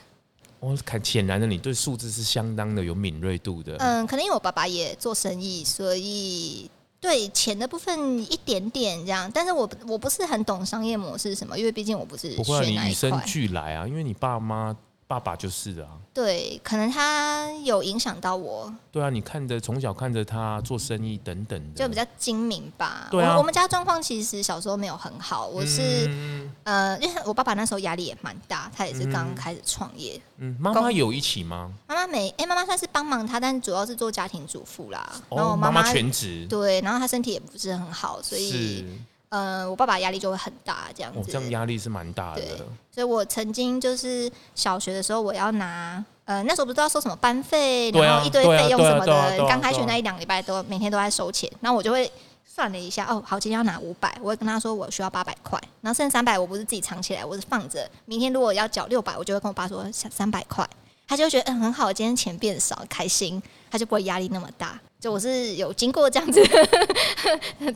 S1: 我看显然的，你对数字是相当的有敏锐度的。
S2: 嗯，可能因为我爸爸也做生意，所以对钱的部分一点点这样。但是我我不是很懂商业模式是什么，因为毕竟我不是
S1: 不会、啊，
S2: 学
S1: 你
S2: 那
S1: 与
S2: 一
S1: 生
S2: 块。
S1: 俱来啊，因为你爸妈爸爸就是啊。
S2: 对，可能他有影响到我，
S1: 对啊，你看着从小看着他做生意等等的，
S2: 就比较精明吧。
S1: 对啊
S2: 我我们家状况其实小时候没有很好，我是、
S1: 嗯
S2: 呃，因为我爸爸那时候压力也蛮大，他也是刚开始创业。
S1: 嗯，妈妈有一起吗？
S2: 妈妈没，哎、妈妈算是帮忙他，但主要是做家庭主妇啦。然
S1: 哦，
S2: 后我
S1: 妈
S2: 妈
S1: 全职，
S2: 对，然后他身体也不是很好，所
S1: 是
S2: 以呃，我爸爸压力就会很大，这样
S1: 哦，
S2: 子。
S1: 这样压力是蛮大
S2: 对
S1: 的。
S2: 所以我曾经就是小学的时候，我要拿呃那时候不知道收什么班费，
S1: 对啊
S2: 然后一堆
S1: 对啊
S2: 费用
S1: 对啊
S2: 什么
S1: 对啊对
S2: 的
S1: 啊，
S2: 刚开学
S1: 对啊
S2: 那一两个礼拜都每天都在收钱，然后我就会。算了一下，哦，好，今天要拿五百，我会跟他说我需要八百块，然后剩三百我不是自己藏起来，我是放着，明天如果要缴六百，我就会跟我爸说三三百块，他就会觉得嗯很好，今天钱变少，开心，他就不会压力那么大。就我是有经过这样子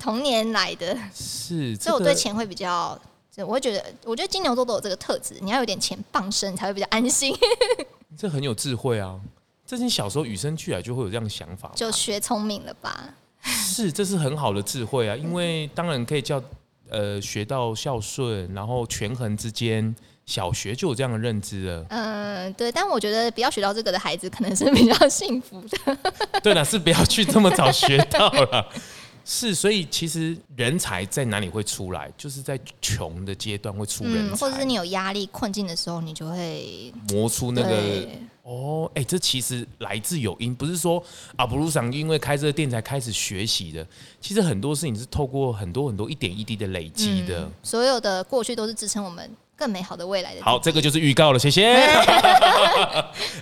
S2: 童年来的，
S1: 是，这
S2: 所以
S1: 个
S2: 我对钱会比较，就我会觉得，我觉得金牛座都有这个特质，你要有点钱傍身，你才会比较安心。
S1: 这很有智慧啊。这是你小时候与生俱来就会有这样的想法吧，
S2: 就学聪明了吧？。
S1: 是这是很好的智慧啊，因为当然可以叫呃学到孝顺，然后权衡之间，小学就有这样的认知了
S2: 嗯，对。但我觉得不要学到这个的孩子，可能是比较幸福的。
S1: 对了，是不要去这么早学到了。是，所以其实人才在哪里会出来，就是在穷的阶段会出人才，
S2: 嗯，或者是你有压力、困境的时候，你就会
S1: 磨出那个
S2: 对
S1: 哦，哎、这其实来自有因，不是说啊，布鲁桑因为开这个店才开始学习的。其实很多事情是透过很多很多一点一滴的累积的。
S2: 嗯所有的过去都是支撑我们更美好的未来的。
S1: 好，这个就是预告了，谢谢。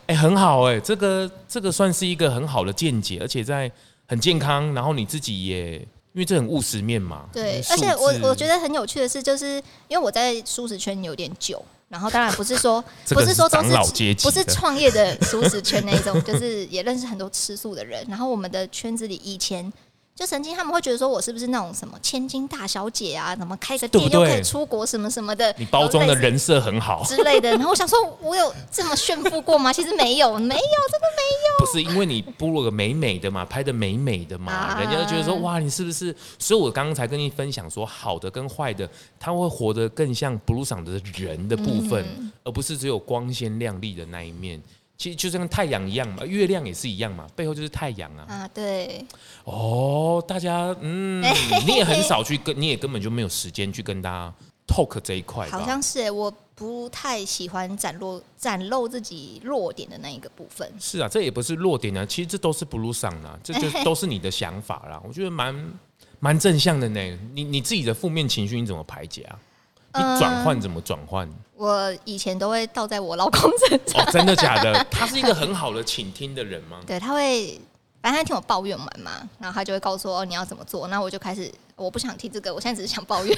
S1: 哎、很好哎、这个这个算是一个很好的见解，而且在很健康，然后你自己也因为这很务实面嘛。
S2: 对，
S1: 数
S2: 而且我我
S1: 字
S2: 觉得很有趣的是，就是因为我在舒适圈有点久，然后当然不是说
S1: 这
S2: 不
S1: 个
S2: 是说都
S1: 长
S2: 是
S1: 老阶级
S2: 不是
S1: 的
S2: 创业的舒适圈那一种， 就是也认识很多吃素的人。然后我们的圈子里以前就曾经他们会觉得说我是不是那种什么千金大小姐啊，怎么开个
S1: 对
S2: 店
S1: 不
S2: 又可
S1: 对
S2: 以出国什么什么的，
S1: 你包装的
S2: 然后类似
S1: 人设很好，
S2: 之类的。然后我想说，我有这么炫富过吗？其 实没有，没有。
S1: 不是因为你部落格美美的 嘛，拍的美美的嘛，
S2: 啊
S1: 人家就觉得说哇，你是不是？所以我刚刚才跟你分享说，好的跟坏的，他会活得更像布鲁赏的人的部分，
S2: 嗯
S1: 而不是只有光鲜亮丽的那一面。其实就像太阳一样嘛，月亮也是一样嘛，背后就是 太阳啊。
S2: 啊，对，
S1: 哦，大家， 嗯，你也很少去跟，你也根本就没有时间去跟大家 talk 这一块吧。
S2: 好像是耶我不太喜欢展露展露自己弱点的那一个部分。
S1: 是啊，这也不是弱点啊，其实这都是 blue 上啦，这 就都是你的想法啦，我觉得蛮蛮正向的呢。你你自己的负面情绪你怎么排解啊？你转
S2: 呃
S1: 换怎么转换？哦
S2: 我以前都会倒在我老公身上，
S1: 哦，真的假的？他是一个很好的倾听的人吗？
S2: 对他会反正他听我抱怨完嘛，然后他就会告诉我、哦你要怎么做，那我就开始我不想听这个，我现在只是想抱怨。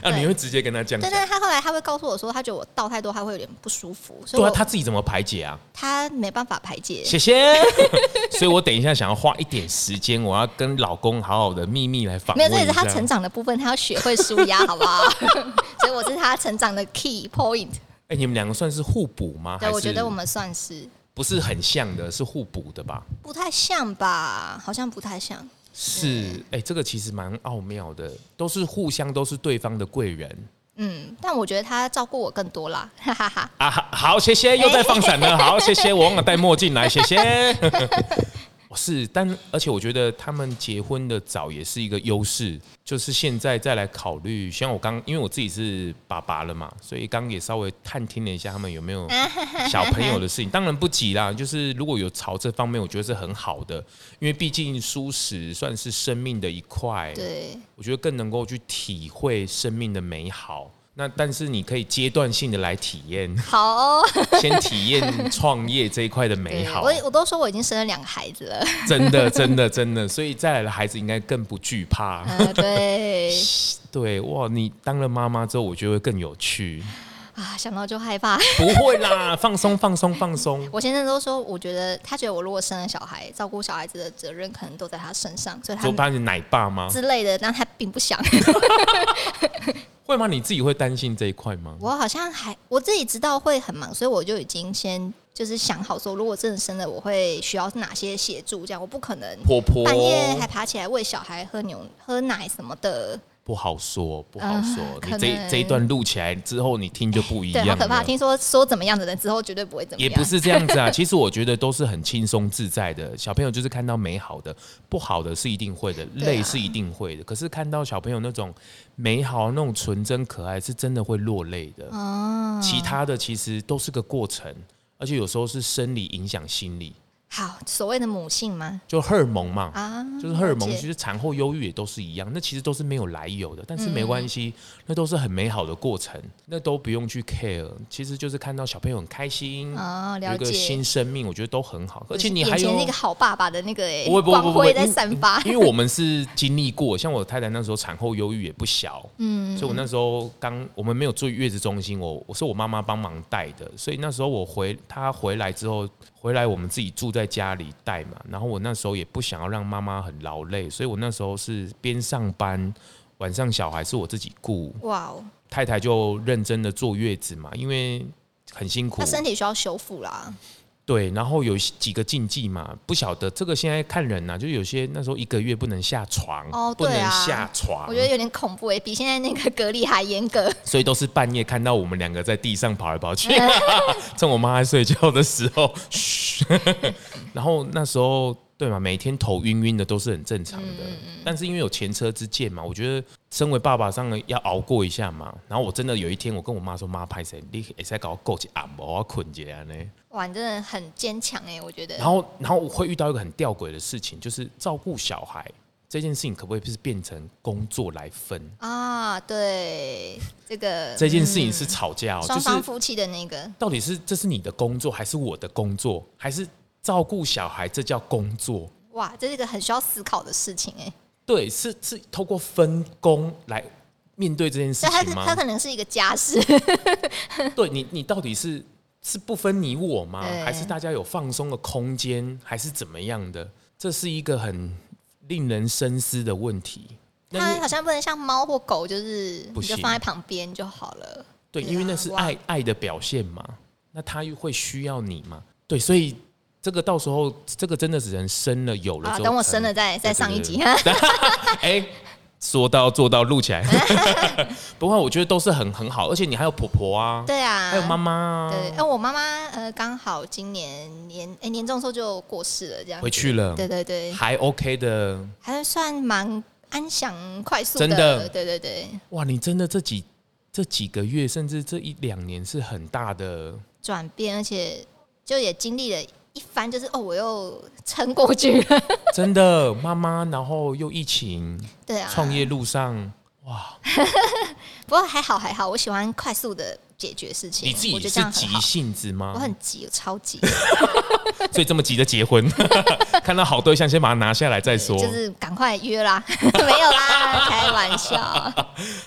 S1: 啊，
S2: 对
S1: 你会直接跟他这样
S2: 对，
S1: 讲？
S2: 但是他后来他会告诉我说，他觉得我倒太多，他会有点不舒服，所以
S1: 对
S2: 我
S1: 啊，他自己怎么排解啊？
S2: 他没办法排解。
S1: 谢谢。 所以我等一下想要花一点时间，我要跟老公好好的秘密来访
S2: 没
S1: 问
S2: 有，
S1: 一
S2: 这
S1: 下。
S2: 也是他成长的部分，他要学会舒压，好不 好？ 所以我是他成长的 key point。
S1: 哎、你们两个算是互补吗？
S2: 对，
S1: 还
S2: 我觉
S1: 是
S2: 得我们算是
S1: 不是很像的，是互补的吧？
S2: 不太像吧，好像不太像。
S1: 是，哎、这个其实蛮奥妙的，都是互相都是对方的贵人
S2: 嗯，但我觉得他照顾我更多啦，哈哈哈。
S1: 啊。好，谢谢，又在放闪了。好，谢谢，我忘了戴墨镜来，谢 谢。我哦是，但而且我觉得他们结婚的早也是一个优势，就是现在再来考虑，像我刚，因为我自己是爸爸了嘛，所以刚也稍微探听了一下他们有没 有小朋友的事情，当然不急啦，就是如果有朝这方面，我觉得是很好的，因为毕竟舒适算是生命的一块，
S2: 对，
S1: 我觉得更能够去体会生命的美好。那但是你可以阶段性的来体 验，
S2: 好哦、
S1: 先体验创业这一块的美
S2: 对，
S1: 好
S2: 我， 我都说我已经生了两个孩子了，
S1: 真的真的真的，所以再来的孩子应该更不惧怕。
S2: 呃、对
S1: 对，哇，你当了妈妈之后，我觉得会更有趣。
S2: 啊，想到就害怕。
S1: 不会 啦，放松放松放 松。
S2: 我先生都说，我觉得他觉得我如果生了小孩，照顾小孩子的责任可能都在他身上，所以
S1: 就
S2: 他
S1: 怕你奶爸吗？
S2: 之类的，但他并不想。
S1: 会吗？你自己会担心这一块吗？
S2: 我好像还我自己知道会很忙，所以我就已经先就是想好说，如果真的生了，我会需要哪些协助，这样我不可能
S1: 婆婆
S2: 半夜还爬起来喂小孩喝牛喝奶什么的，
S1: 不好说，不好说。
S2: 嗯
S1: 你
S2: 可
S1: 这
S2: 能
S1: 这一段录起来之后，你听就不一
S2: 对，
S1: 样了。
S2: 好可怕。听说说怎么样的人之后绝对不会怎么
S1: 也
S2: 样，
S1: 不是这样子啊，其实我觉得都是很轻松自在的。小朋友就是看到美好的，不好的是一定会的，
S2: 啊
S1: 累是一定会的。可是看到小朋友那种美好、那种纯真、可爱，是真的会落泪的。
S2: 哦。
S1: 其他的其实都是个过程，而且有时候是生理影响心理，
S2: 好，所谓的母性吗？
S1: 就荷尔蒙嘛，
S2: 啊，
S1: 就是荷尔蒙，
S2: 了解
S1: 其实产后忧郁也都是一样，那其实都是没有来由的，但是
S2: 嗯
S1: 没关系，那都是很美好的过程，那都不用去 care。其实就是看到小朋友很开心，
S2: 哦，
S1: 有
S2: 了
S1: 一个
S2: 解。
S1: 新生命，我觉得都很好。而且你还
S2: 眼
S1: 有
S2: 前那个好爸爸的那个欸
S1: 不会不会
S2: 光
S1: 不会
S2: 辉在散发，
S1: 因为我们是经历过，像我太太那时候产后忧郁也不小，嗯，所以我那时候刚我们没有住月子中心，我我是我妈妈帮忙带的，所以那时候我回她回来之后，回来我们自己住在家里带嘛，然后我那时候也不想要让妈妈很劳累，所以我那时候是边上班，晚上小孩是我自己顾，
S2: 哇哦，
S1: 太太就认真的坐月子嘛，因为很辛苦
S2: 他，身体需要修复啦。
S1: 对，然后有几个禁忌嘛，不晓得这个现在看人呐、就有些那时候一个月不能下床，
S2: 哦
S1: 不
S2: 对
S1: 能
S2: 啊
S1: 下床，
S2: 我觉得有点恐怖诶、欸比现在那个隔离还严格。
S1: 所以都是半夜看到我们两个在地上跑来跑去，趁我妈还睡觉的时候，嘘。 然后那时候对嘛，每天头晕晕的都是很正常
S2: 嗯
S1: 的，但是因为有前车之鉴嘛，我觉得身为爸爸上了要熬过一下嘛。然后我真的有一天，我跟我妈说：“妈，拍谁？你也在搞我够起啊，我要困起来呢。”
S2: 哇，你真的很坚强诶，我觉得。
S1: 然后，然后我会遇到一个很吊诡的事情，就是照顾小孩这件事情，可不可以是变成工作来分？
S2: 啊，对，这个嗯
S1: 这件事情是吵架、哦，
S2: 双
S1: 就是
S2: 方夫妻的那个，
S1: 到底是这是你的工作，还是我的工作，还是照顾小孩？这叫工作？
S2: 哇，这是一个很需要思考的事情欸诶。
S1: 对，是是透过分工来面对这件事
S2: 所以他
S1: 情
S2: 他
S1: 吗？
S2: 可能是一个家事，
S1: 对你，你到底是是不分你我吗？
S2: 对
S1: 还是大家有放松的空间，还是怎么样的？这是一个很令人深思的问题。 那因为
S2: 他好像不能像猫或狗，就是
S1: 不
S2: 你就
S1: 行
S2: 放在旁边就好了。
S1: 对，
S2: 对
S1: 因为
S2: 啊
S1: 那是
S2: 哇
S1: 爱爱的表现嘛，那他又会需要你嘛？对，所以这个到时候这个真的只能生了有了之
S2: 啊，
S1: 后，
S2: 等我生了再再
S1: 对
S2: 上一集。
S1: 对对哎、说到做到，录起 来。不过我觉得都是很很好，而且你还有婆婆啊，
S2: 对啊，
S1: 还有妈妈啊，
S2: 对，哎、我妈妈呃刚好今年年哎、年终的时候就过世了，这样子
S1: 回去了
S2: 对对对，
S1: 还 OK 的。
S2: 还算蛮安详快速
S1: 真的
S2: 对对对，
S1: 哇，你真的这几这几个月，甚至这一两年是很大的。
S2: 转变，而且就也经历了一番，就是哦，我又撑过去 了。
S1: 真 的，妈妈，然后又疫情，
S2: 对啊，
S1: 创业路上，哇，
S2: 不过还好还好，我喜欢快速的解决事情。
S1: 你自
S2: 我
S1: 己
S2: 觉得这
S1: 是
S2: 样很
S1: 急
S2: 好。
S1: 性子吗？
S2: 我很急，我超急。
S1: 所以这么急着结婚， 看到好对象先把它拿下来再说。
S2: 就是赶快约啦， 没有啦，开玩笑。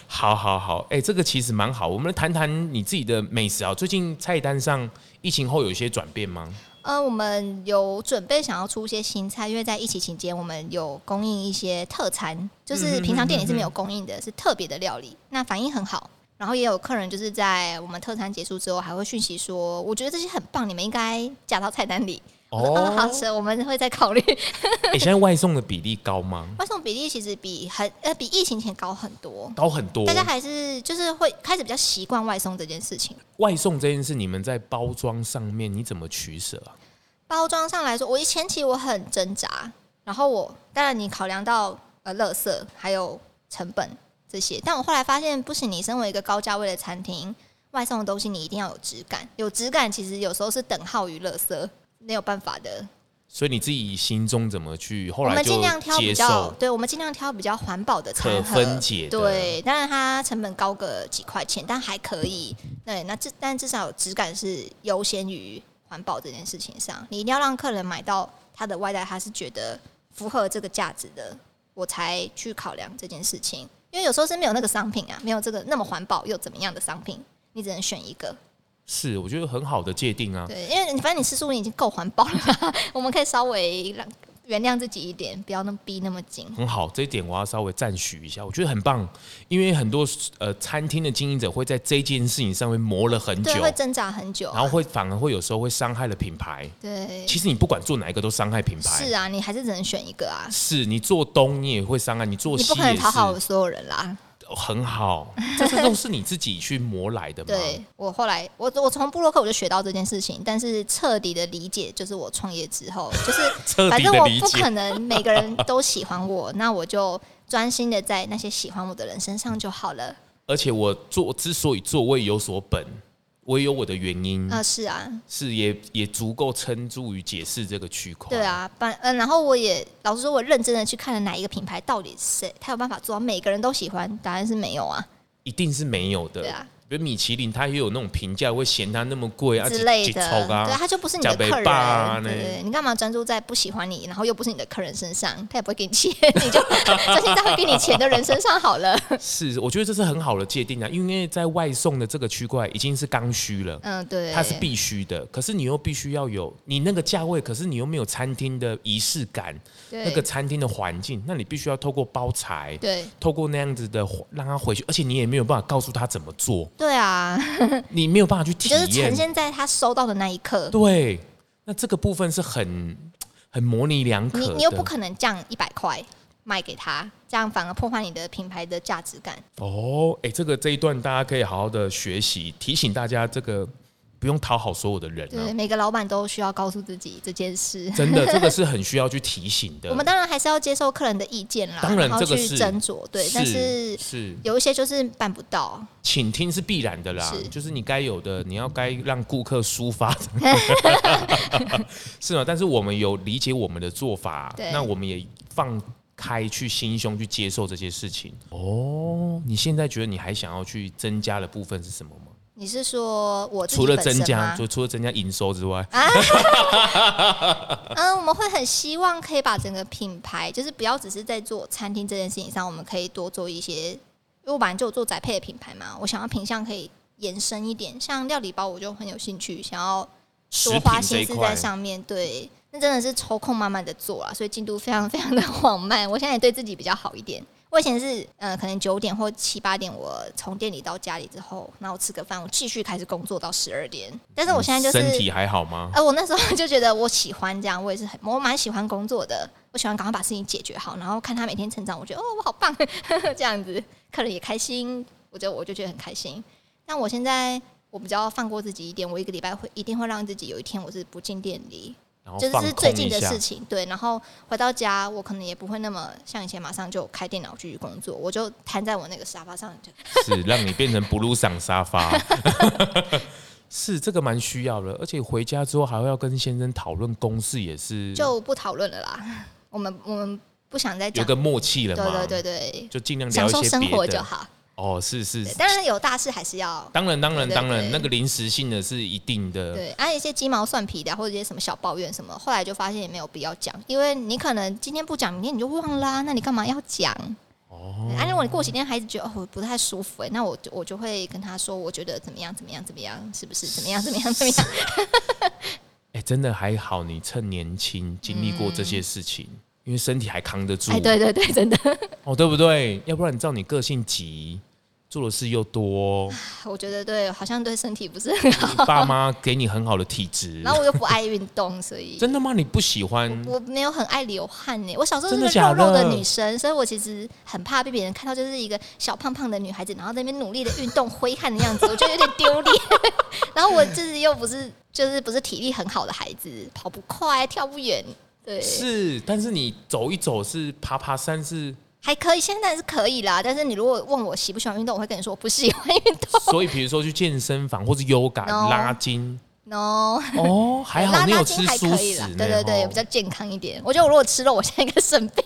S1: 好好好，哎、这个其实蛮好。我们来谈谈你自己的美食啊，最近菜单上疫情后有一些转变吗？
S2: 呃，我们有准备想要出一些新菜，因为在疫情期间，我们有供应一些特餐，就是平常店里是没有供应的，是特别的料理。那反应很好，然后也有客人就是在我们特餐结束之后，还会讯息说：“我觉得这些很棒，你们应该加到菜单里。”我 说：“哦，好，是，我们会再考虑。
S1: 哎、现在外送的比例高吗？”
S2: 外送比例其实比很呃比疫情前高很多，
S1: 高很多
S2: 大。家还是就是会开始比较习惯外送这件事情。
S1: 外送这件事，你们在包装上面你怎么取舍啊？
S2: 包装上来说，我一前期我很挣扎，然后我当然你考量到呃垃圾还有成本这些，但我后来发现不行，你身为一个高价位的餐厅，外送的东西你一定要有质感，有质感其实有时候是等号于垃圾，没有办法的。
S1: 所以你自己心中怎么去？后
S2: 我
S1: 来
S2: 们
S1: 就
S2: 尽量挑比
S1: 接
S2: 较
S1: 受，
S2: 对，我们尽量挑比较环保的餐
S1: 可
S2: 盒，
S1: 分解的
S2: 对，当然它成本高个几块钱，但还可以。对，那至但至少质感是优先于环保这件事情上。你一定要让客人买到他的外带，他是觉得符合这个价值的，我才去考量这件事情。因为有时候是没有那个商品啊，没有这个那么环保又怎么样的商品，你只能选一个。
S1: 是我觉得很好的界定啊。
S2: 对，因为你反正你吃素你已经够环保了 嘛，我们可以稍微让原谅自己一点，不要那么逼那么紧。
S1: 很好，这一点我要稍微赞许一下，我觉得很棒，因为很多呃餐厅的经营者会在这件事情上面磨了很久
S2: 对，，会挣扎很久、
S1: 然后会反而会有时候会伤害了品牌。
S2: 对，
S1: 其实你不管做哪一个都伤害品牌，
S2: 是啊，你还是只能选一个啊，
S1: 是你做东你也会伤害，你做
S2: 你
S1: 西
S2: 不可能
S1: 也是
S2: 讨好所有人啦。
S1: 很 好，这些都是你自己去磨来的嘛。
S2: 对我后来，我我从布洛克我就学到这件事情，但是彻底的理解就是我创业之 后，就是
S1: 彻
S2: 反
S1: 底
S2: 正
S1: 的
S2: 我
S1: 理
S2: 不可
S1: 解，
S2: 能每个人都喜欢我，那我就专心的在那些喜欢我的人身上就好了。
S1: 而且我做之所以做，我也有所本，我也有我的原因，
S2: 啊、是啊，
S1: 是也也足够撑住于解释这个区块。
S2: 对，啊，反嗯、然后我也老实说，我认真的去看了哪一个品牌到底谁他有办法做到每个人都喜欢，答案是没有啊。
S1: 一定是没有的。
S2: 对啊
S1: 比如米其林，它也有那种评价会嫌它那么贵啊
S2: 之类的，
S1: 臭
S2: 对，
S1: 啊，
S2: 他就不是你
S1: 假
S2: 的
S1: 北
S2: 客人，
S1: 霸啊
S2: 对
S1: 呢
S2: 对，你干嘛专注在不喜欢你，然后又不是你的客人身上，他也不会给你钱，你就 专心在会给你钱的人身上好了。
S1: 是，我觉得这是很好的界定啊，因为在外送的这个区块已经是刚需了。
S2: 嗯，对，
S1: 它是必须的，可是你又必须要有你那个价位，可是你又没有餐厅的仪式感，
S2: 对
S1: 那个餐厅的环境，那你必须要透过包材，
S2: 对
S1: 透过那样子的让他回去，而且你也没有办法告诉他怎么做，
S2: 对啊，
S1: 你没有办法去体
S2: 就是
S1: 验
S2: 呈，现在他收到的那一刻，
S1: 对，那这个部分是很很模棱两可
S2: 你
S1: 的，
S2: 你又不可能降一百块卖给他，这样反而破坏你的品牌的价值感。
S1: 哦，哎、这个这一段大家可以好好的学习，提醒大家这个不用讨好所有的人啊
S2: 对，，每个老板都需要告诉自己这件事。
S1: 真的，这个是很需要去提醒的。
S2: 我们当然还是要接受客人的意见啦，
S1: 当然
S2: 后
S1: 这个
S2: 去
S1: 是
S2: 斟酌，对，但是
S1: 是
S2: 有一些就是办不到，
S1: 倾听是必然的啦，
S2: 是
S1: 就是你该有的，你要该让顾客抒发， 是啊吗？但是我们有理解我们的做法
S2: 对，
S1: 那我们也放开去心胸去接受这些事情。哦，你现在觉得你还想要去增加的部分是什么吗？
S2: 你是说我自己
S1: 除了
S2: 本身
S1: 增加，
S2: 吗
S1: 就除了增加营收之外，
S2: 嗯，我们会很希望可以把整个品牌，就是不要只是在做餐厅这件事情上，我们可以多做一些，因为我本来就有做宅配的品牌嘛，我想要品相可以延伸一点，像料理包我就很有兴趣，想要
S1: 食
S2: 多
S1: 品
S2: 花
S1: 这一
S2: 心思
S1: 块
S2: 在上面，对。那真的是抽空慢慢的做啦，所以进度非常非常的缓慢。我现在也对自己比较好一点。我以前是呃，可能九点或七八点，我从店里到家里之后，然后吃个饭，我继续开始工作到十二点。但是我现在就是
S1: 身体还好吗？
S2: 哎、我那时候就觉得我喜欢这样，我也是很我蛮喜欢工作的，我喜欢赶快把事情解决好，然后看他每天成长，我觉得哦，我好棒， 这样子，客人也开心，我就我就觉得很开心。但我现在我比较放过自己一点，我一个礼拜会一定会让自己有一天我是不进店里，
S1: 然后
S2: 就
S1: 哦
S2: 是
S1: 放
S2: 这是最
S1: 空
S2: 近
S1: 一
S2: 的
S1: 下
S2: 事，情，对。然后回到家，我可能也不会那么像以前马上就开电脑继续工作，我就瘫在我那个沙发上，
S1: 嗯
S2: 就是
S1: 让你变成 blue 上沙 发。是这个蛮需要的，而且回家之后还要跟先生讨论公事，也是
S2: 就不讨论了啦。我们我们不想再
S1: 有
S2: 讲，
S1: 个默契了
S2: 对
S1: 嘛。
S2: 对对对，
S1: 就尽量聊
S2: 享
S1: 一些
S2: 受生
S1: 别
S2: 活
S1: 的
S2: 就好。
S1: 哦，是是，
S2: 对，当然有大事还是要
S1: 当然当然
S2: 对对
S1: 当然，
S2: 对
S1: 那个临时性的是一定的，
S2: 对，还有一些鸡毛蒜皮的啊，或者一些什么小抱怨什么，后来就发现也没有必要讲，因为你可能今天不讲，明天你就忘啦、那你干嘛要讲？
S1: 哦
S2: 对啊，如果你过几天还是觉得哦我不太舒服、欸，那我就我就会跟他说，我觉得怎么样怎么样怎么样，是不是怎么样怎么样怎么样？
S1: 哎、真的还好，你趁年轻经历过这些事情，因为身体还扛得住，
S2: 嗯哎，对对对，真的，
S1: 哦，对不对？要不然你照你个性急，做的事又多，
S2: 我觉得对，好像对身体不是很好，
S1: 你爸妈给你很好的体质
S2: 然，后我又不爱运动，所以
S1: 真的吗？你不喜欢？
S2: 我没有很爱流汗欸呢、我小时候是
S1: 真
S2: 个
S1: 的假
S2: 肉肉的
S1: 的
S2: 女生，所以我其实很怕被别人看到，就是一个小胖胖的女孩子，然后在那边努力的运动、挥汗的样子，我 觉得有点丢脸。然后我就是又不是，就是不是体力很好的孩子，跑不快、跳不远，对，
S1: 是，但是你走一走是爬爬山 是，
S2: 还可以，现在是可以啦。但是你如果问我喜不喜欢运动，我会跟你说我不喜欢运动。
S1: 所以比如说去健身房或者 yoga、
S2: No
S1: 拉 筋，
S2: No，
S1: 哦，还好
S2: 拉
S1: 你
S2: 拉
S1: 有
S2: 筋
S1: 吃
S2: 还
S1: 素
S2: 可以
S1: 食
S2: 啦
S1: 呢，，
S2: 对对对，
S1: 哦
S2: 比较健康一点。我觉得我如果吃肉，我现在应该生病。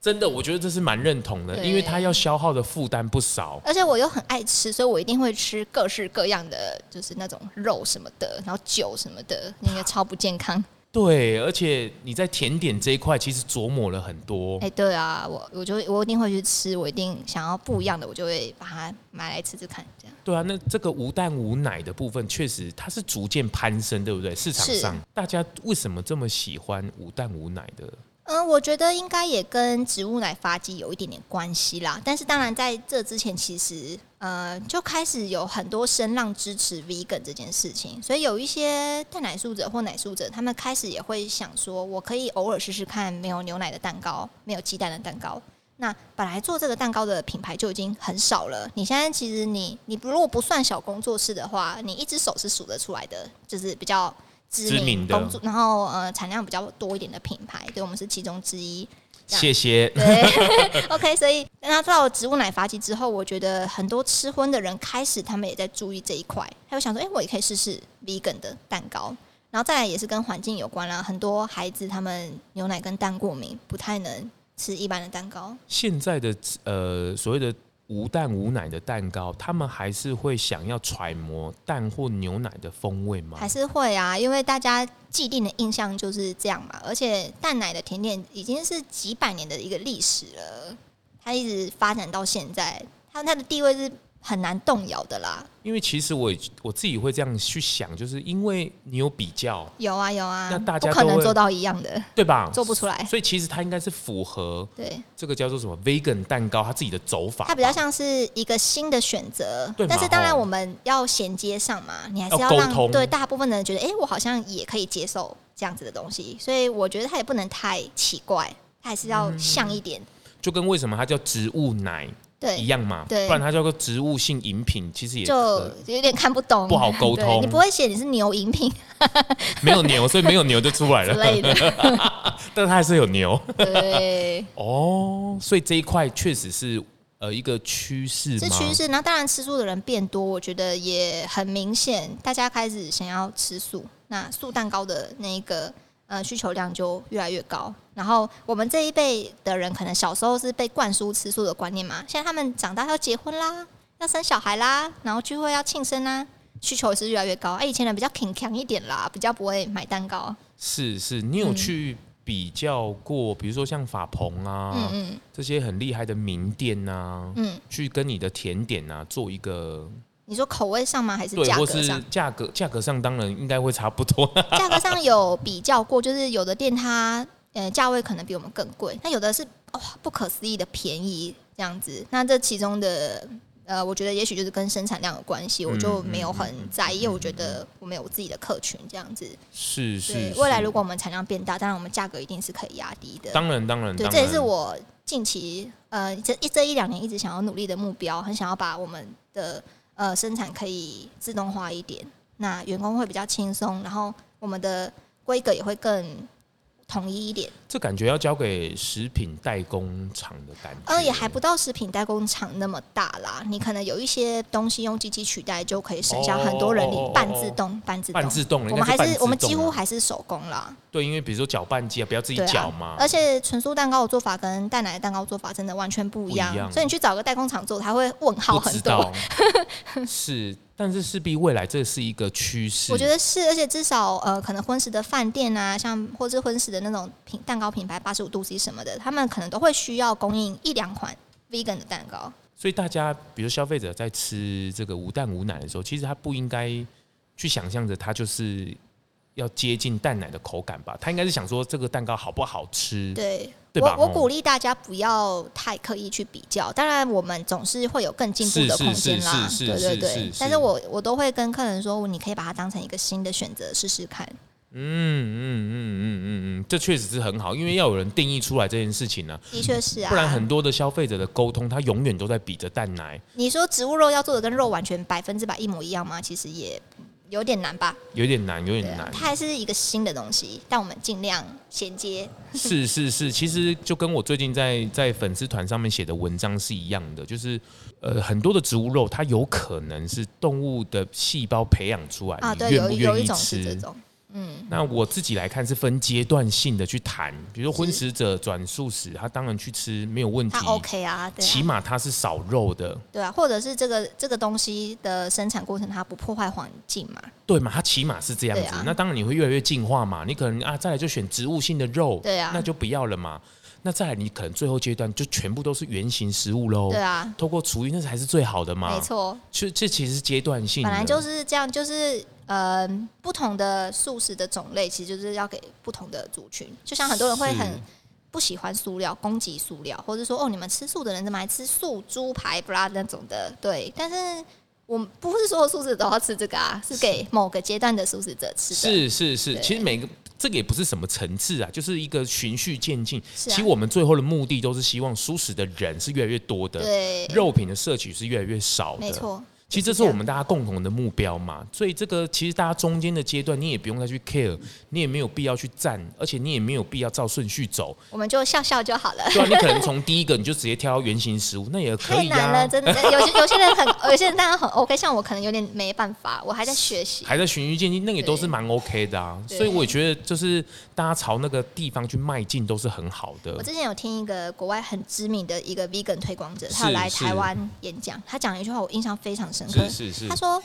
S1: 真的，我觉得这是蛮认同的，
S2: 对
S1: 因为它要消耗的负担不少。
S2: 而且我又很爱吃，所以我一定会吃各式各样的，就是那种肉什么的，然后酒什么的，那个超不健康。
S1: 对，而且你在甜点这一块其实琢磨了很多
S2: 哎、。对啊，我我就我一定会去吃，我一定想要不一样的，我就会把它买来吃吃看，这样。
S1: 对啊，那这个无蛋无奶的部分，确实它是逐渐攀升，对不对？市场
S2: 是
S1: 上大家为什么这么喜欢无蛋无奶的？
S2: 嗯，我觉得应该也跟植物奶发基有一点点关系啦。但是当然，在这之前，其实呃就开始有很多声浪支持 vegan 这件事情，所以有一些蛋奶素者或奶素者，他们开始也会想说，我可以偶尔试试看没有牛奶的蛋糕，没有鸡蛋的蛋糕。那本来做这个蛋糕的品牌就已经很少了，你现在其实你你如果不算小工作室的话，你一只手是数得出来的，就是比较知
S1: 知名
S2: 名
S1: 的
S2: 工作，然后呃产量比较多一点的品牌，对我们是其中之一。 这样
S1: 谢谢。
S2: 对，OK，所以那到了植物奶发基之后，我觉得很多吃荤的人开始他们也在注意这一块，他会想说，哎、我也可以试试 vegan 的蛋糕。然后再来也是跟环境有关啦，很多孩子他们牛奶跟蛋过敏，不太能吃一般的蛋糕。
S1: 现在的呃所谓的无蛋无奶的蛋糕，他们还是会想要揣摩蛋或牛奶的风味吗
S2: 还？是会啊，因为大家既定的印象就是这样嘛。而且蛋奶的甜点已经是几百年的一个历史了，它一直发展到现在，它它的地位是很难动摇的啦。
S1: 因为其实我也我自己会这样去想，就是因为你有比较，
S2: 有啊有啊，
S1: 那大家
S2: 不可
S1: 都
S2: 能
S1: 会
S2: 做到一样的，
S1: 对吧？
S2: 做不 出来。
S1: 所以其实它应该是符合
S2: 对，
S1: 这个叫做什么 vegan 蛋糕它自己的走法吧，
S2: 它比较像是一个新的选择
S1: 对，嘛
S2: 但是当然
S1: 吼
S2: 我们要衔接上嘛，你还是
S1: 要沟
S2: 让
S1: 通
S2: 对大部分的人觉得，哎、我好像也可以接受这样子的东西，所以我觉得它也不能太奇怪，它还是要
S1: 嗯
S2: 像一点，
S1: 就跟为什么它叫植物奶
S2: 对
S1: 一，样嘛，不
S2: 对
S1: 然它叫做植物性饮品，其实也呃
S2: 就
S1: 可
S2: 有点看不懂，
S1: 不好沟
S2: 对
S1: 通
S2: 你不会写你是牛饮品
S1: 没有牛，所以没有牛就出来
S2: 之
S1: 了，
S2: 类的，
S1: 但它还是有牛
S2: 对，
S1: 哦，所以这一块确实是呃一个趋势吗？
S2: 是趋势。那当然，吃素的人变多，我觉得也很明显，大家开始想要吃素，那素蛋糕的那个呃需求量就越来越高。然后我们这一辈的人，可能小时候是被灌输吃素的观念嘛，现在他们长大要结婚啦，要生小孩啦，然后聚会要庆生啦。需求也是越来越高，哎、以前人比较挺强一点啦，比较不会买蛋糕。
S1: 是是，你有去比较过，比如说像法鹏啊、
S2: 嗯嗯
S1: 这些很厉害的名店啊，
S2: 嗯，
S1: 去跟你的甜点啊做一个
S2: 你说口味上吗？还是
S1: 对，
S2: 价
S1: 或
S2: 格
S1: 是
S2: 上？
S1: 价格价格上当然应该会差不多，
S2: 价格上有比较过，就是有的店它呃价位可能比我们更贵，那有的是哇、不可思议的便宜这样子。那这其中的呃，我觉得也许就是跟生产量有关
S1: 嗯
S2: 系，我就没有很在意，因为我觉得我们有自己的客群这样子。
S1: 是是
S2: 对，
S1: 是
S2: 未来如果我们产量变大，当然我们价格一定是可以压低的。
S1: 当然当然，
S2: 对，
S1: 当
S2: 这也
S1: 然
S2: 是我近期呃这一这一两年一直想要努力的目标，很想要把我们的呃生产可以自动化一点，那员工会比较轻松，然后我们的规格也会更统一一点。
S1: 这感觉要交给食品代工厂的感觉。
S2: 呃，也还不到食品代工厂那么大啦，你可能有一些东西用机器取代，就可以省下很多人力
S1: 哦哦哦哦哦。
S2: 半自动，半自动
S1: 半，自动了，
S2: 我们还
S1: 应该
S2: 是我
S1: 半
S2: 们
S1: 自动啊
S2: 几乎
S1: 了
S2: 还是手工啦。
S1: 对，因为比如说搅拌机啊，不要自己
S2: 对
S1: 搅
S2: 啊
S1: 嘛。
S2: 而且纯素蛋糕的做法跟蛋奶蛋糕做法真的完全不一样，
S1: 不一样
S2: 所以你去找个代工厂做，他会问号
S1: 不知
S2: 很
S1: 道
S2: 多。
S1: 是，但是势必未来这是一个趋势。
S2: 我觉得是，而且至少呃，可能婚食的饭店啊，像或是婚食的那种品蛋糕品牌，八十五度 C 什么的，他们可能都会需要供应一两款 vegan 的蛋糕。
S1: 所以大家，比如消费者在吃这个无蛋无奶的时候，其实他不应该去想象着它就是要接近蛋奶的口感吧，他应该是想说这个蛋糕好不好吃。
S2: 对，
S1: 嗯对吧
S2: 我我
S1: 吼
S2: 鼓励大家不要太刻意去比较，当然我们总是会有更进步
S1: 是
S2: 的
S1: 是
S2: 空间啦，
S1: 是是
S2: 对
S1: 是
S2: 对
S1: 是是。
S2: 对但是我我都会跟客人说，你可以把它当成一个新的选择试试看。
S1: 嗯嗯嗯嗯嗯嗯，这确实是很好，因为要有人定义出来这件事情呢、
S2: 的确是啊，
S1: 不然很多的消费者的沟通，他永远都在比着蛋奶，
S2: 你说植物肉要做的跟肉完全百分之百一模一样吗？其实也有点难吧。
S1: 有点难，有
S2: 对
S1: 点
S2: 啊
S1: 难，。
S2: 它还是一个新的东西，但我们尽量衔接。
S1: 是是是，其实就跟我最近在在粉丝团上面写的文章是一样的，就是呃很多的植物肉，它有可能是动物的细胞培养出来，
S2: 啊，
S1: 你
S2: 对，
S1: 愿
S2: 有
S1: 不
S2: 有
S1: 愿
S2: 一
S1: 意
S2: 种是这
S1: 吃？
S2: 种，嗯，
S1: 那我自己来看是分阶段性的去谈，比如说荤
S2: 是
S1: 食者转素食，他当然去吃没有问题
S2: 它，OK 啊，对
S1: 起
S2: 啊，
S1: 码它是少肉的，
S2: 对啊，或者是这个这个东西的生产过程它不破坏环境嘛，
S1: 对嘛？它起码是这样子。
S2: 对啊
S1: 那当然你会越来越进化嘛，你可能啊再来就选植物性的肉，
S2: 对啊
S1: 那就不要了嘛。那再来你可能最后阶段就全部都是原型食物喽，
S2: 对啊，
S1: 透过厨余那才是最好的嘛。
S2: 没，错，
S1: 这这其实是阶段性的，
S2: 本来就是这样，就是呃，不同的素食的种类其实就是要给不同的族群，就像很多人会
S1: 是
S2: 很不喜欢塑料，攻击塑料，或者说哦，你们吃素的人怎么还吃素猪排不啦那种的，对，但是。我们不是所有素食都要吃这个啊，是给某个阶段的素食者吃的。
S1: 是是是，
S2: 对
S1: 其实每个这个也不是什么层次啊，就是一个循序渐进。
S2: 是啊
S1: 其实我们最后的目的都是希望舒适的人是越来越多的，
S2: 对，
S1: 肉品的摄取是越来越少的。
S2: 没错，
S1: 其实这是我们大家共同的目标嘛，所以这个其实大家中间的阶段，你也不用再去 care，你也没有必要去站，而且你也没有必要照顺序走，
S2: 我们就笑笑就好了。
S1: 对啊，你可能从第一个你就直接跳到原型食物，那也可
S2: 太
S1: 以
S2: 难
S1: 啊
S2: 了，。真的。哎有些有些人很，有些人当然很 OK，像我可能有点没办法，我还在学习。
S1: 还在循序渐进，那个也都是蛮 OK 的啊，
S2: 对
S1: 所以我也觉得就是大家朝那个地方去迈进都是很好
S2: 我
S1: 的。
S2: 之前有听一个国外很知名的一个 vegan 推广者，
S1: 是
S2: 他有来
S1: 是
S2: 台湾演讲，他讲了一句话，我印象非常深刻。
S1: 是是是
S2: 他，说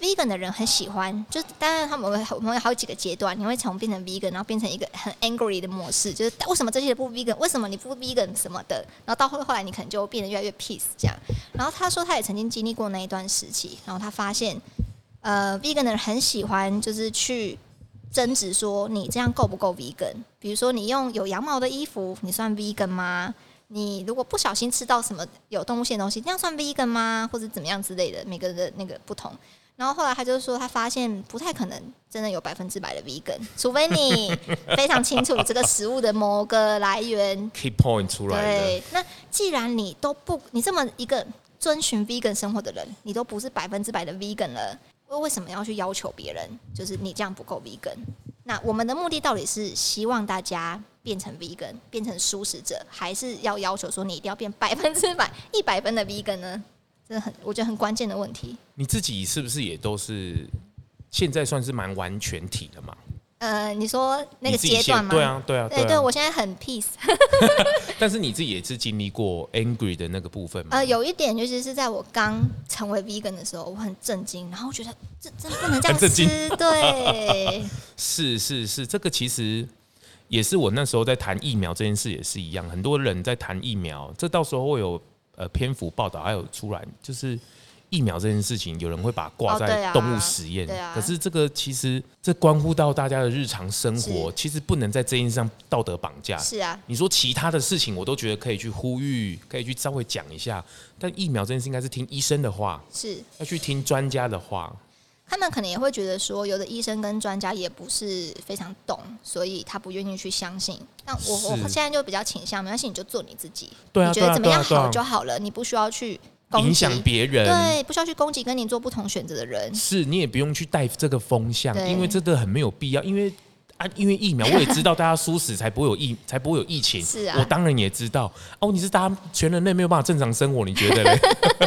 S2: ，vegan 的人很喜欢，就是当然他们会我们有好几个阶段，你会从变成 vegan，然后变成一个很 angry 的模式，就是为什么这些不 vegan，为什么你不 vegan 什么的，然后到后后来你可能就变得越来越 peace 这样。然后他说他也曾经经历过那一段时期，然后他发现，呃，vegan 的人很喜欢就是去。争执说你这样够不够 vegan？比如说你用有羊毛的衣服，你算 vegan 吗？你如果不小心吃到什么有动物性的东西，那样算 vegan 吗？或者怎么样之类的，每个人的那个不同。然后后来他就说，他发现不太可能真的有百分之百的 vegan，除非你非常清楚这个食物的某个来源。
S1: key point 出来的。
S2: 对，那既然你都不，你这么一个遵循 vegan 生活的人，你都不是百分之百的 vegan 了，为为什么要去要求别人？就是你这样不够 vegan。那我们的目的到底是希望大家变成 vegan，变成素食者，还是要要求说你一定要变 百分之百、一百分的 vegan 呢？这很，我觉得很关键的问题。
S1: 你自己是不是也都是现在算是蛮完全体的嘛？
S2: 呃，你说那个
S1: 你自己
S2: 阶
S1: 现
S2: 段吗？
S1: 对啊，对啊，
S2: 对，
S1: 啊。
S2: 对我现在很 peace。
S1: 但是你自己也是经历过 angry 的那个部分嘛？
S2: 呃，有一点，尤其是在我刚成为 vegan 的时候，我很震惊，然后我觉得这真不能这样
S1: 很震惊
S2: 吃，对，
S1: 是是是，这个其实也是我那时候在谈疫苗这件事也是一样，很多人在谈疫苗，这到时候会有呃篇幅报道，还有出来就是。疫苗这件事情，有人会把它挂
S2: 哦对
S1: 在
S2: 啊
S1: 动物实验，
S2: 对啊
S1: 可是这个其实这关乎到大家的日常生活，
S2: 是
S1: 其实不能在这件事上道德绑架。
S2: 是啊，
S1: 你说其他的事情，我都觉得可以去呼吁，可以去稍微讲一下，但疫苗这件事应该是听医生的话，
S2: 是。
S1: 要去听专家的话，
S2: 他们可能也会觉得说，有的医生跟专家也不是非常懂，所以他不愿意去相信。但我我
S1: 是
S2: 现在就比较倾向，没关系，你就做你自己，
S1: 对啊
S2: 你觉得
S1: 对啊
S2: 怎么样
S1: 对啊对啊
S2: 好就好了，你不需要去攻
S1: 影
S2: 击
S1: 响，别人。
S2: 对，不需要去攻击跟你做不同选择的人，
S1: 是你也不用去带这个风向，
S2: 对
S1: 因为真的很没有必要。因为啊，因为疫苗，我也知道大家舒适才不会有疫， 才不会有疫情。
S2: 是啊
S1: 我当然也知道。哦，你是大家全人类没有办法正常生活，你觉得嘞？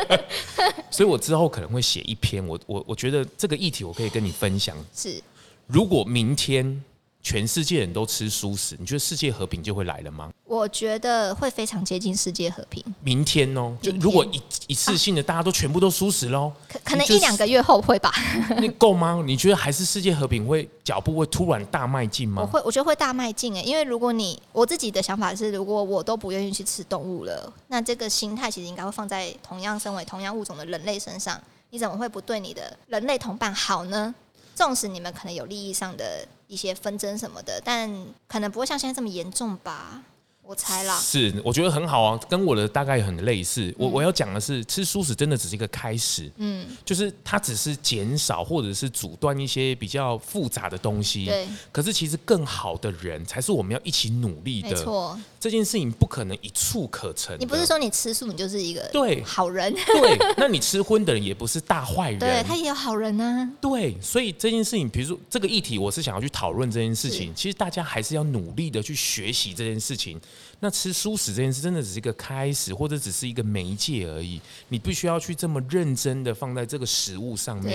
S1: 所以我之后可能会写一篇，我我我觉得这个议题我可以跟你分享。
S2: 是
S1: 如果明天全世界人都吃素食，你觉得世界和平就会来了吗？
S2: 我觉得会非常接近世界和平，
S1: 明天哦，就
S2: 明天啊
S1: 如果一一次性的大家都全部都素食喽，
S2: 可可能
S1: 你就
S2: 一两个月后会吧。
S1: 那够吗？你觉得还是世界和平会脚步会突然大迈进
S2: 我
S1: 吗？
S2: 会，我觉得会大迈进诶，欸因为如果你我自己的想法是，如果我都不愿意去吃动物了，那这个心态其实应该会放在同样身为同样物种的人类身上，你怎么会不对你的人类同伴好呢？纵使你们可能有利益上的一些纷争什么的，但可能不会像现在这么严重吧，我猜啦。
S1: 是，我觉得很好啊，跟我的大概很类似。我、我要讲的是，吃素食真的只是一个开始，
S2: 嗯，
S1: 就是它只是减少或者是阻断一些比较复杂的东西。
S2: 对，
S1: 可是其实更好的人才是我们要一起努力
S2: 没
S1: 的。
S2: 错。
S1: 这件事情不可能一触可成的。
S2: 你不是说你吃素，你就是一个
S1: 对
S2: 好人？
S1: 对？那你吃荤的人也不是大坏人。
S2: 对他也有好人啊。
S1: 对，所以这件事情，比如说这个议题，我是想要去讨论这件事情。其实大家还是要努力的去学习这件事情。那吃素食这件事，真的只是一个开始，或者只是一个媒介而已。你必须要去这么认真的放在这个食物上面。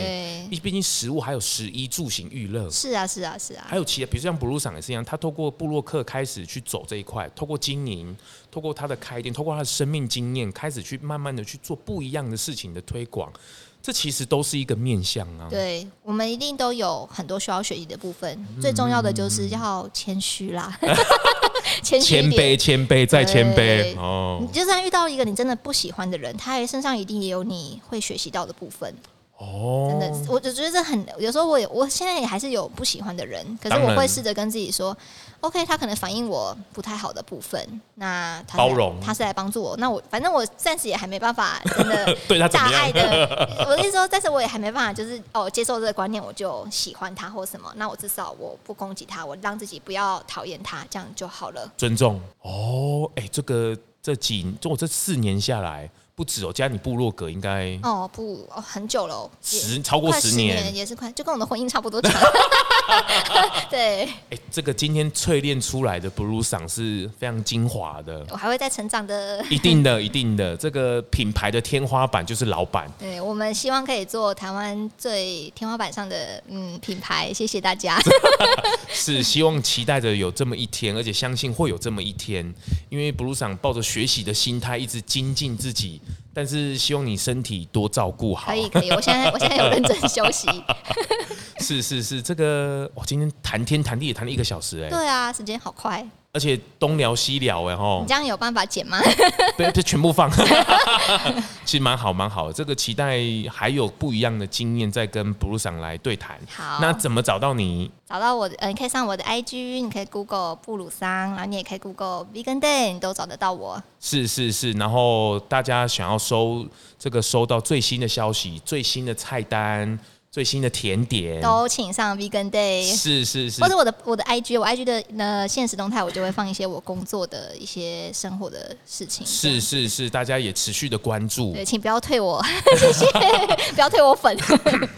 S2: 对
S1: 毕毕竟食物还有食衣住行娱乐。
S2: 是啊，是啊，是啊
S1: 还。有其他，比如像布鲁赏也是一样，他透过布洛克开始去走这一块，透过经营，透过他的开店，透过他的生命经验，开始去慢慢的去做不一样的事情的推广，这其实都是一个面向啊。
S2: 对我们一定都有很多需要学习的部分，
S1: 嗯
S2: 最重要的就是要谦虚 啦，谦虚
S1: 谦
S2: 一
S1: 卑，
S2: 点。
S1: 谦卑，再谦卑
S2: 对
S1: 哦
S2: 你就算遇到一个你真的不喜欢的人，他身上一定也有你会学习到的部分。真的
S1: 哦，，
S2: 我就觉得这很有时候我也我现在也还是有不喜欢的人，可是
S1: 当然
S2: 我会试着跟自己说，OK，他可能反映我不太好的部分，那他是
S1: 包
S2: 来
S1: 容
S2: 他是来帮助我。那我反正我暂时也还没办法真的
S1: 对他怎
S2: 大
S1: 么
S2: 爱
S1: 样？
S2: 的，我的意思说，但是我也还没办法，就是哦，接受这个观念，我就喜欢他或什么，那我至少我不攻击他，我让自己不要讨厌他，这样就好了。
S1: 尊重哦，哎、这个这几，就我这四年下来不止哦，加你部落格应该
S2: 哦，不，哦、很久了哦，也
S1: 十超过
S2: 快
S1: 十
S2: 十
S1: 年，
S2: 也是快，就跟我的婚姻差不 多长。对
S1: 哎、这个今天淬炼出来的 Blue 赏是非常精华的，
S2: 我还会再成长的。
S1: 一定 的，一定的，这个品牌的天花板就是老板。
S2: 对我们希望可以做台湾最天花板上的嗯品牌，谢谢大家。
S1: 是希望期待着有这么一天，而且相信会有这么一天，因为布鲁赏抱着学习的心态一直精进自己，但是希望你身体多照顾好
S2: 可。以可以，我现在我现在有认真休 息。
S1: 是是是，这个我今天谈天谈地也谈了一个小时哎、
S2: 对啊，时间好快，
S1: 而且东聊西聊哎吼
S2: 你这，样有办法剪吗？
S1: 对，这全部放， 其实蛮好蛮好的。这个期待还有不一样的经验再跟布鲁赏来对谈。
S2: 好
S1: 那怎么找到你？
S2: 找到我的，呃，你可以上我的 IG，你可以 Google 布鲁桑，然后你也可以 Google Vegan Day，你都找得到我。
S1: 是是是，然后大家想要收这个收到最新的消息、最新的菜单、最新的甜点，
S2: 都请上 Vegan Day，
S1: 嗯是是是
S2: 或，者我的我的 IG，我 IG 的呃现实动态，我就会放一些我工作的一些生活的事情。
S1: 是是是，大家也持续的关注
S2: 对，，请不要退我， 谢谢，不要退 我粉。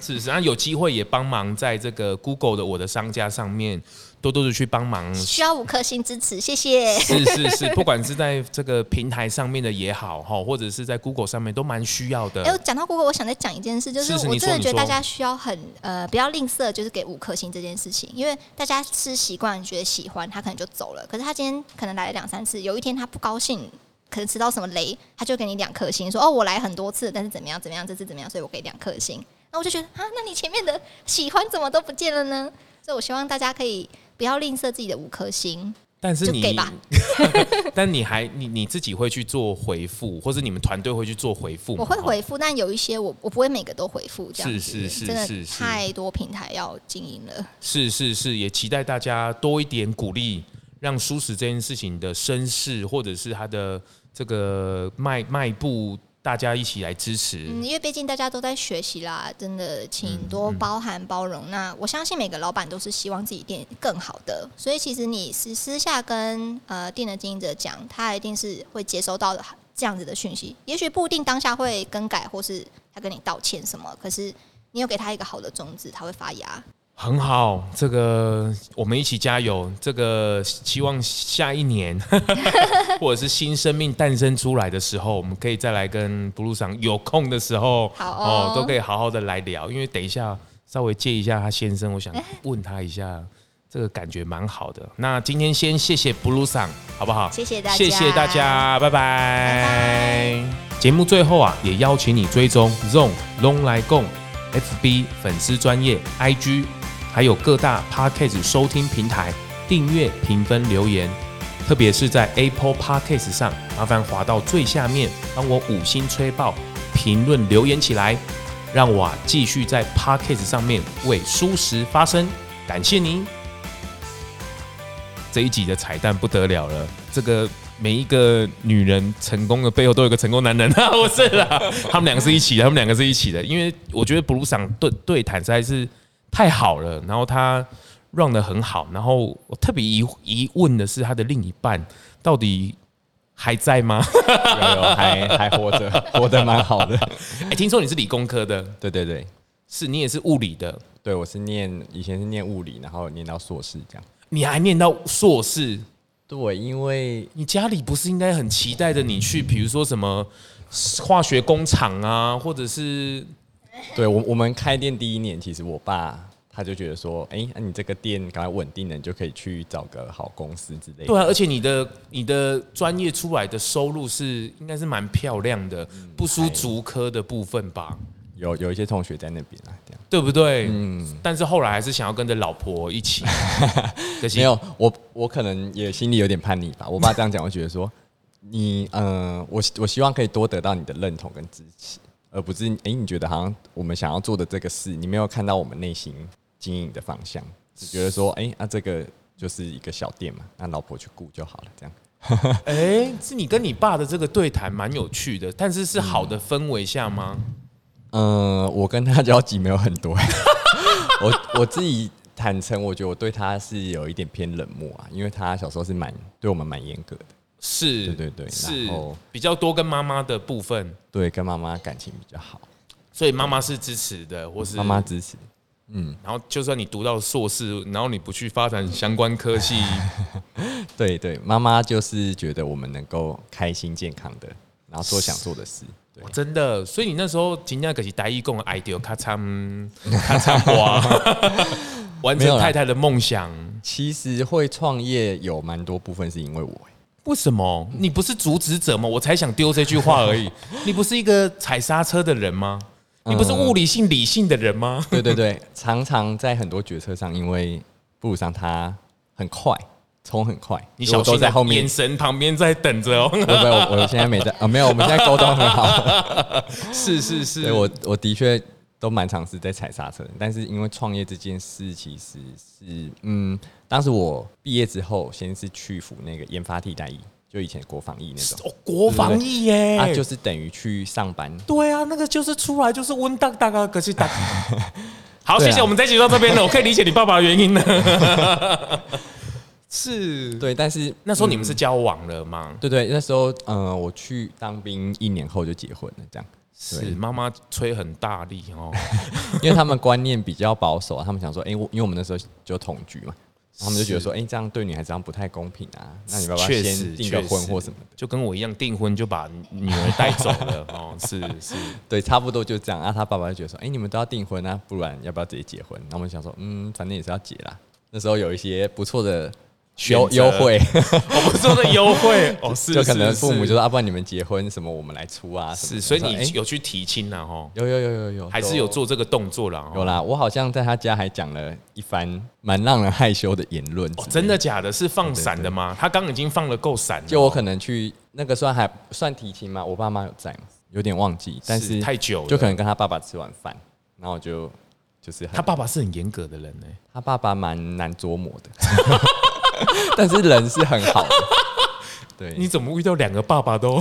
S1: 是是，那有机会也帮忙在这个 Google 的我的商家上面多多的去帮忙。
S2: 需要五颗星支持，谢谢。
S1: 是是是，不管是在这个平台上面的也好哈，或者是在 Google 上面都蛮需要的。
S2: 哎、我讲到 Google，我想再讲一件事，就是
S1: 是是
S2: 我
S1: 你
S2: 真的
S1: 说
S2: 觉得
S1: 你
S2: 大
S1: 说
S2: 家需要很呃不要吝啬，就是给五颗星这件事情，因为大家吃习惯，觉得喜欢，他可能就走了。可是他今天可能来了两三次，有一天他不高兴。可能吃到什么雷，他就给你两颗星，说哦，我来很多次，但是怎么样怎么样，这次怎么样，所以我给两颗星。那我就觉得啊，那你前面的喜欢怎么都不见了呢？所以我希望大家可以不要吝啬自己的五颗星，
S1: 但是
S2: 就
S1: 你
S2: 给吧，
S1: 但你还你你自己会去做回复，或者你们团队会去做回复吗？
S2: 我会
S1: 哈
S2: 回复，但有一些我我不会每个都回复，这样
S1: 是
S2: 子
S1: 是是
S2: 真
S1: 是
S2: 的
S1: 是
S2: 太多平台要经营了。
S1: 是是是，也期待大家多一点鼓励，让舒适这件事情的身世，或者是它的这个迈迈步，大家一起来支持。
S2: 嗯，因为毕竟大家都在学习啦，真
S1: 嗯
S2: 的，请多包涵包容。那我相信每个老板都是希望自己店更好的，所以其实你是私下跟呃店的经营者讲，他一定是会接收到这样子的讯息，也许不一定当下会更改，或是他跟你道歉什么，可是你有给他一个好的种子，他会发芽。
S1: 很好，这个我们一起加油。这个希望下一年 或者是新生命诞生出来的时候，我们可以再来跟布鲁桑有空的时候，
S2: 好哦
S1: 都可以好好的来聊。因为等一下稍微借一下他先生，我想问他一下，这个感觉蛮好的。那今天先谢谢布鲁桑，好不好？
S2: 谢谢大家，
S1: 谢谢大。家，拜拜。
S2: 拜
S1: 节目最后啊，也邀请你追踪 Zone Long 来共 FB 粉丝专业 IG，还有各大 Podcast 收听平台订阅、评分、留言。特别是在 Apple Podcast 上，麻烦滑到最下面，帮我五星吹爆，评论留言起来，让我啊继续在 Podcast 上面为舒适发声。感谢您。这一集的彩蛋不得了了，这个每一个女人成功的背后都有一个成功男人啊，不 是啦，他们两个是一起的，他们两个是一起的，因为我觉得布鲁桑对对谈实在是太好了，然后他 run 的很好，然后我特别疑疑问的是他的另一半到底还在吗？
S3: 有有还还活着，活得蛮好的。
S1: 哎、听说你是理工科的，
S3: 对对对，
S1: 是你也是物理的，
S3: 对我是念以前是念物理，然后念到硕士这样。
S1: 你还念到硕士，
S3: 对，因为
S1: 你家里不是应该很期待着你去，比如说什么化学工厂啊，或者是
S3: 对我我们开店第一年，其实我爸他就觉得说，哎、那你这个店赶快稳定了，你就可以去找个好公司之类的。
S1: 对啊，而且你的你的专业出来的收入是应该是蛮漂亮的，
S3: 嗯
S1: 不输足科的部分
S3: 哎
S1: 吧，
S3: 有有一些同学在那边啊，这样。
S1: 对不对？嗯。但是后来还是想要跟着老婆一 起，可惜
S3: 没有，我我可能也心里有点叛逆吧。我爸这样讲，我觉得说，你呃，我我希望可以多得到你的认同跟支持，而不是哎、诶你觉得好像我们想要做的这个事，你没有看到我们内心经营的方向，只觉得说，哎、啊这个就是一个小店嘛，那老婆去顾就好了，这样。
S1: 哎、是你跟你爸的这个对谈蛮有趣的，但是是好的氛围下吗？
S3: 嗯，我跟他交集没有很多， 我我自己坦诚，我觉得我对他是有一点偏冷漠啊，因为他小时候是蛮对我们蛮严格的，
S1: 是，
S3: 对对对
S1: 是
S3: 然后
S1: 比较多跟妈妈的部分，
S3: 对，跟妈妈感情比较好，
S1: 所以妈妈是支持的，或是
S3: 妈妈支持。
S1: 然后就算你读到硕士，然后你不去发展相关科系，
S3: 对对，妈妈就是觉得我们能够开心健康的，然后做想做的事。对，
S1: 哦真的，所以你那时候尽量可是大一共 idea 咔嚓 咔嚓 哇，完
S3: 没有
S1: 成
S3: 啦
S1: 太太的梦想。
S3: 其实会创业有蛮多部分是因为我、欸
S1: 为什么你不是阻止者吗？我才想丢这句话而 已。你不是一个踩刹车的人吗？你不是物理性理性的人吗？
S3: 对对对， 常常在很多决策上，因为布鲁桑他很快，冲很快，
S1: 你
S3: 所以
S1: 小
S3: 我
S1: 心啊
S3: 都在后面
S1: 眼。神旁边在等着哦。
S3: 我我我现在没在啊、 没有，我们现在沟通很好。
S1: 是是是，
S3: 对我我的确都蛮尝试在踩刹车的，但是因为创业这件事，其实是嗯，当时我毕业之后，先是去服那个研发替代役，就以前国防役那种。
S1: 哦国防役耶，
S3: 啊，就是等于去上班。
S1: 对啊，那个就是出来就是温大大啊，可是大。 好，
S3: 对啊
S1: 谢谢，我们这一集到这边 了，我可以理解你爸爸的原因了。是，
S3: 对，但是
S1: 那时候你们是交往了吗？
S3: 对对，那时候呃，我去当兵一年后就结婚了，这样，
S1: 是，妈妈吹很大力哦。
S3: 因为他们观念比较保守啊，他们想说，哎、我因为我们那时候就同居嘛，他们就觉得说，哎、这样对女孩子这样不太公平啊，那 你要不要
S1: 确
S3: 先
S1: 实，
S3: 订个
S1: 确
S3: 婚
S1: 实
S3: 或什么的？
S1: 就跟我一样订婚就把女儿带走了 哦。是是，
S3: 对，差不多就这样啊。他爸爸就觉得说，哎、你们都要订婚啊，不然要不要直接结婚？那我们想说，嗯，反正也是要结啦。那时候有一些不错的
S1: 选
S3: 优
S1: 择
S3: 优惠，
S1: 我们说的优惠哦，是，
S3: 就可能
S1: 是
S3: 父母
S1: 是
S3: 就说，啊，不然你们结婚什么，我们来出啊
S1: 是，
S3: 什么的。
S1: 所以
S3: 我说
S1: 你
S3: 诶
S1: 有去提亲了哦，
S3: 有有有有有，
S1: 还是有做这个动作了
S3: 有
S1: 哦。
S3: 啦，我好像在他家还讲了一番蛮让人害羞的言论、
S1: 哦真的。假的？是放闪的吗？他刚已经放了够闪了哦，
S3: 就我可能去那个算还算提亲吗？我爸妈有在吗？有点忘记，但是
S1: 太久了，
S3: 就可能跟他爸爸吃完饭，然后就就是
S1: 他
S3: 他
S1: 爸爸是很严格的人呢、欸
S3: 他爸爸蛮难琢磨的， 但是人是很好 的。对，
S1: 你怎么遇到两个爸爸都？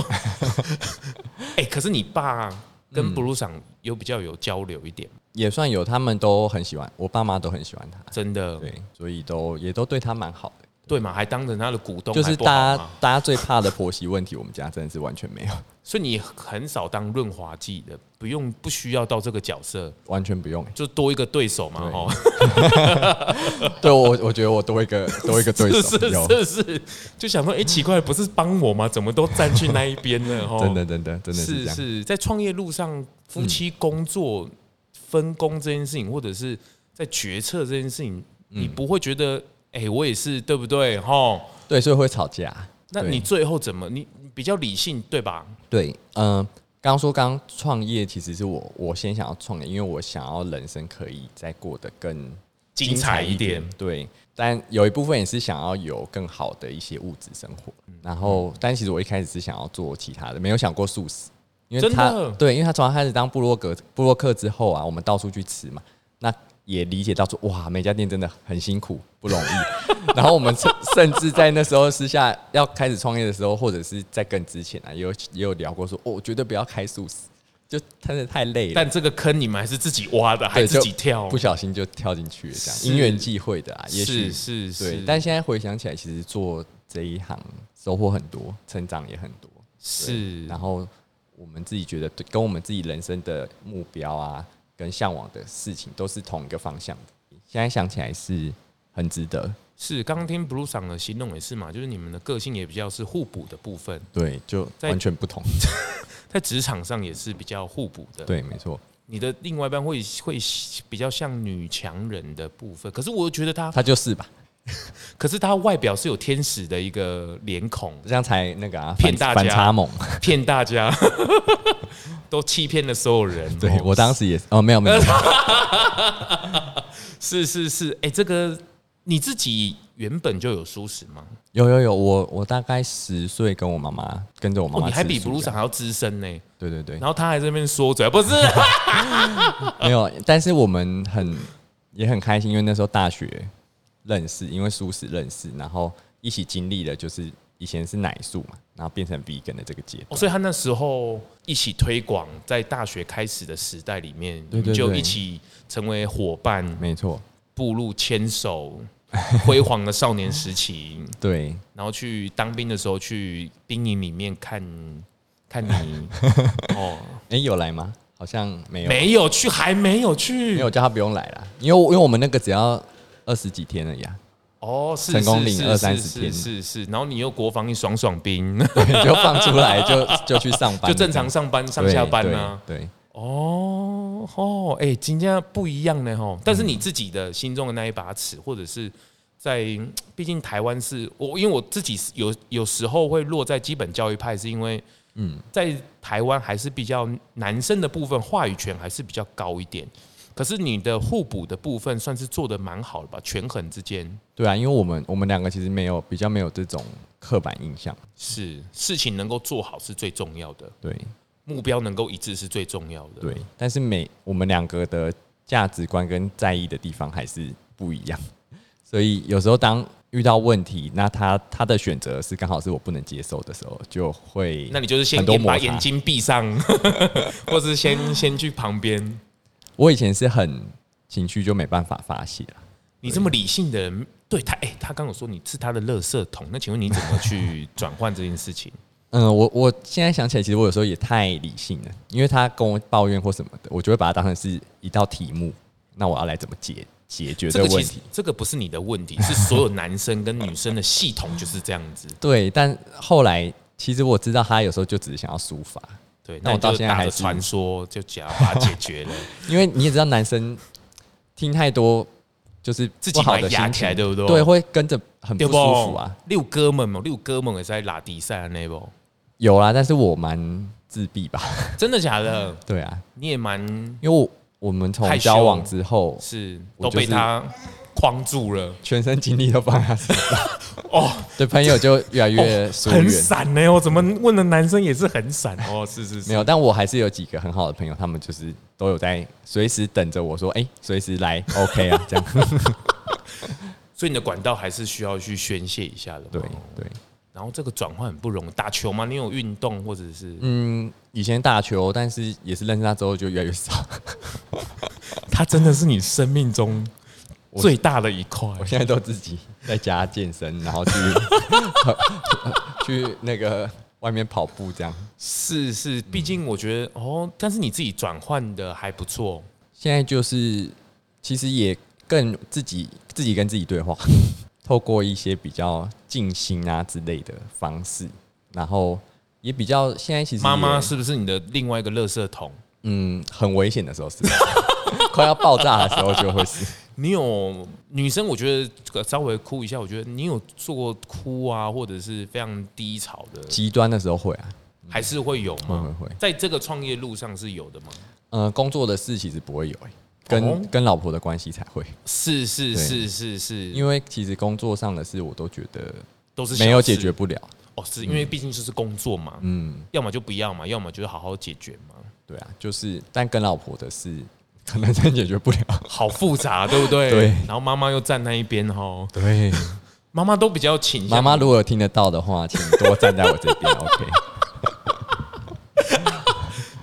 S1: 哎、可是你爸
S3: 嗯
S1: 跟布鲁桑有比较有交流一点，
S3: 也算有，他们都很喜欢，我爸妈都很喜欢他，
S1: 真的。
S3: 对，所以都也都对他蛮好的。
S1: 对嘛，还当成他的股东，
S3: 就是
S1: 还不
S3: 大
S1: 好吗
S3: 家大家最怕的婆媳问题，我们家真的是完全没有，
S1: 所以你很少当润滑剂的，不用不需要到这个角色，
S3: 完全不用、
S1: 就多一个对手嘛，
S3: 对
S1: 哦，
S3: 对我，我觉得我多 一个多一个对手，
S1: 是
S3: 有
S1: 是是是，就想说，哎、奇怪，不是帮我吗？怎么都站去那一边 呢？哦，
S3: 真的真的真的是这
S1: 是
S3: 样。嗯
S1: 是在创业路上，夫妻工作、分工这件事情，或者是在决策这件事情，
S3: 嗯
S1: 你不会觉得，哎、我也是对不对？哈，
S3: 对，所以会吵架。
S1: 那
S3: 对
S1: 你最后怎么？你你比较理性对吧？
S3: 对，嗯、刚刚说刚刚创业，其实是我我先想要创业，因为我想要人生可以再过得更
S1: 精彩一点。
S3: 对，但有一部分也是想要有更好的一些物质生活。
S1: 嗯
S3: 然后，但其实我一开始是想要做其他的，没有想过素食，因为
S1: 真
S3: 他
S1: 的
S3: 对，因为他从他开始当部落格部落客之后啊，我们到处去吃嘛，那也理解到说，哇，每家店真的很辛苦，不容 易。然后我们甚甚至在那时候私下要开始创业的时候，或者是在更之前啊，也有也有聊过说，哦，绝对不要开素食，就真的太累了。
S1: 但这个坑你们还是自己挖的，还
S3: 对，
S1: 自
S3: 就
S1: 己跳，
S3: 不小心就跳进去了，这样
S1: 是
S3: 因缘际会的啊，也
S1: 是
S3: 许
S1: 是是，
S3: 对。但现在回想起来，其实做这一行收获很多，成长也很多。
S1: 是
S3: 然后我们自己觉得，对，跟我们自己人生的目标啊，跟向往的事情都是同一个方向的。现在想起来是很值得，
S1: 是，刚刚听 Blue 赏的形容也是嘛，就是你们的个性也比较是互补的部分，
S3: 对，就
S1: 在
S3: 完全不同。
S1: 在职场上也是比较互补的。，
S3: 对，没错，
S1: 你的另外一半会会比较像女强人的部分，可是我又觉得她，
S3: 他就是吧，
S1: 可是她外表是有天使的一个脸 孔，
S3: 这样才那个啊，
S1: 骗
S3: 反
S1: 大
S3: 反
S1: 家
S3: 差萌。
S1: 骗大家， 都欺骗了所有人。
S3: 对
S1: 哦
S3: 我当时也是哦，没有没有，没有
S1: 是是是，哎、这个你自己原本就有舒适吗？
S3: 有有有，我我大概十岁跟我妈妈跟着我妈
S1: 哦，
S3: 妈
S1: 你
S3: 吃素这样，
S1: 还比 Blue 赏还要资深呢，
S3: 对对对
S1: 然，后他还在那边缩嘴，不是？
S3: 没有，但是我们很也很开心，因为那时候大学认识，因为素食认识，然后一起经历了就是以前是奶素嘛，然后变成 vegan 的这个阶段。
S1: 哦，所以他那时候一起推广，在大学开始的时代里面，
S3: 对对
S1: 你就
S3: 对
S1: 一起成为伙伴，
S3: 没错，
S1: 步入牵手 辉煌的少年时期，
S3: 对，
S1: 然后去当兵的时候去兵营里面看看你 哦，
S3: 哎、有来吗？好像没有，
S1: 没有去，还没有去，
S3: 没有叫他不用来啦，因为我因为我们那个只要二十几天而已啊，
S1: 哦，是
S3: 成功
S1: 是
S3: 领
S1: 是
S3: 二
S1: 是
S3: 三
S1: 是
S3: 十天
S1: 是是，然后你又国防一爽爽 兵，
S3: 对就放出来就就去上班，
S1: 就正常上班上下班
S3: 对
S1: 啊，
S3: 对，对
S1: 哦哦，哎、今天不一样呢吼。但是你自己的心中的那一把尺，或者是在，毕竟台湾是我，因为我自己是有有时候会落在基本教育派，是因为嗯，在台湾还是比较男生的部分话语权还是比较高一点。可是你的互补的部分算是做的蛮好的吧，权衡之间
S3: 对啊，因为我们我们两个其实没有比较没有这种刻板印象，
S1: 是事情能够做好是最重要的，
S3: 对。
S1: 目标能够一致是最重要的。
S3: 对，但是每我们两个的价值观跟在意的地方还是不一样， 所以有时候当遇到问题，那他他的选择是刚好是我不能接受的时候，就会
S1: 那你就是先
S3: 很多
S1: 眼
S3: 摩
S1: 把
S3: 擦
S1: 眼睛闭上， 或是先先去旁边。
S3: 我以前是很情绪就没办法发泄了，
S1: 你这么理性的人，对他，哎、他刚有说你是他的垃圾桶，那请问你怎么去转换这件事 情？
S3: 嗯，我我现在想起来，其实我有时候也太理性了，因为他跟我抱怨或什么的，我就会把它当成是一道题目，那我要来怎么解解决
S1: 这
S3: 这
S1: 个
S3: 个
S1: 其
S3: 问
S1: 实
S3: 题？
S1: 这个不是你的问题，是所有男生跟女生的系统就是这样子。
S3: 对，但后来其实我知道他有时候就只是想要抒发，
S1: 对，那
S3: 那我
S1: 你就
S3: 到现
S1: 打
S3: 在还
S1: 着
S3: 是
S1: 传说，就只要把它解决了，
S3: 因为你也知道，男生听太多就是
S1: 自己
S3: 不好
S1: 把它
S3: 的心
S1: 压
S3: 情，
S1: 起来，对不对？
S3: 对，会跟着很
S1: 对
S3: 不舒
S1: 不
S3: 服啊。。
S1: 六哥们哦嘛，六哥们也是在拉迪赛的啊那不？
S3: 有啦，但是我蛮自闭吧，
S1: 真的假的？
S3: 对啊，
S1: 你也蛮
S3: 因为我我们从
S1: 害羞
S3: 交往之后，
S1: 是
S3: 我
S1: 都被
S3: 就是
S1: 他框住了。
S3: 全身精力都放在他身上，
S1: 哦，
S3: 对朋友就越来越疏
S1: 很
S3: 远。
S1: 闪呢、我怎么问的男生也是很闪哦，是是
S3: 没
S1: 是，
S3: 有，但我还是有几个很好的朋友，他们就是都有在随时等着我说，哎、随时来，OK 啊，这样。
S1: 所以你的管道还是需要去宣泄一下的。
S3: 对对，
S1: 然后这个转换很不容易，打球吗？你有运动或者是
S3: 嗯，以前打球，但是也是认识他之后就越来越少。
S1: 他真的是你生命中
S3: 我
S1: 最大的一块。
S3: 我 现在都自己在家健身，然后去 去那个外面跑步这样。
S1: 是
S3: 嗯
S1: 是，毕竟我觉得哦，但是你自己转换的还不错，
S3: 现在就是其实也更自己自己跟自己对话， 透过一些比较静心啊之类的方式，然后也比较现在其实
S1: 妈妈
S3: 也
S1: 是不是你的另外一个垃圾桶？
S3: 嗯很危险的时候是， 快要爆炸的时候就会是。
S1: 你有女生，我觉得稍微哭一下，我觉得你有做过哭啊，或者是非常低潮的，
S3: 极端的时候会啊，
S1: 还是会有
S3: 会
S1: 吗？
S3: 会会。
S1: 在这个创业路上是有的吗？
S3: 呃，工作的事其实不会有、欸，跟、
S1: 哦
S3: 跟老婆的关系才会，
S1: 是是
S3: 对
S1: 是是是，
S3: 因
S1: 为
S3: 为其实工作上的事我都觉得
S1: 都是小
S3: 没有
S1: 事
S3: 解决不了。
S1: 哦，是因为毕竟就是工作嘛，
S3: 嗯，
S1: 要么就不要嘛，要么就是好好解决嘛，
S3: 对啊，就是但跟老婆的事可能真解 决不了。
S1: 好复杂， 对不对？
S3: 对
S1: 然后妈妈又站那一边哈，
S3: 对，
S1: 妈妈都比较倾向
S3: 妈妈如果有听得到的话，请多站在我这 边，OK？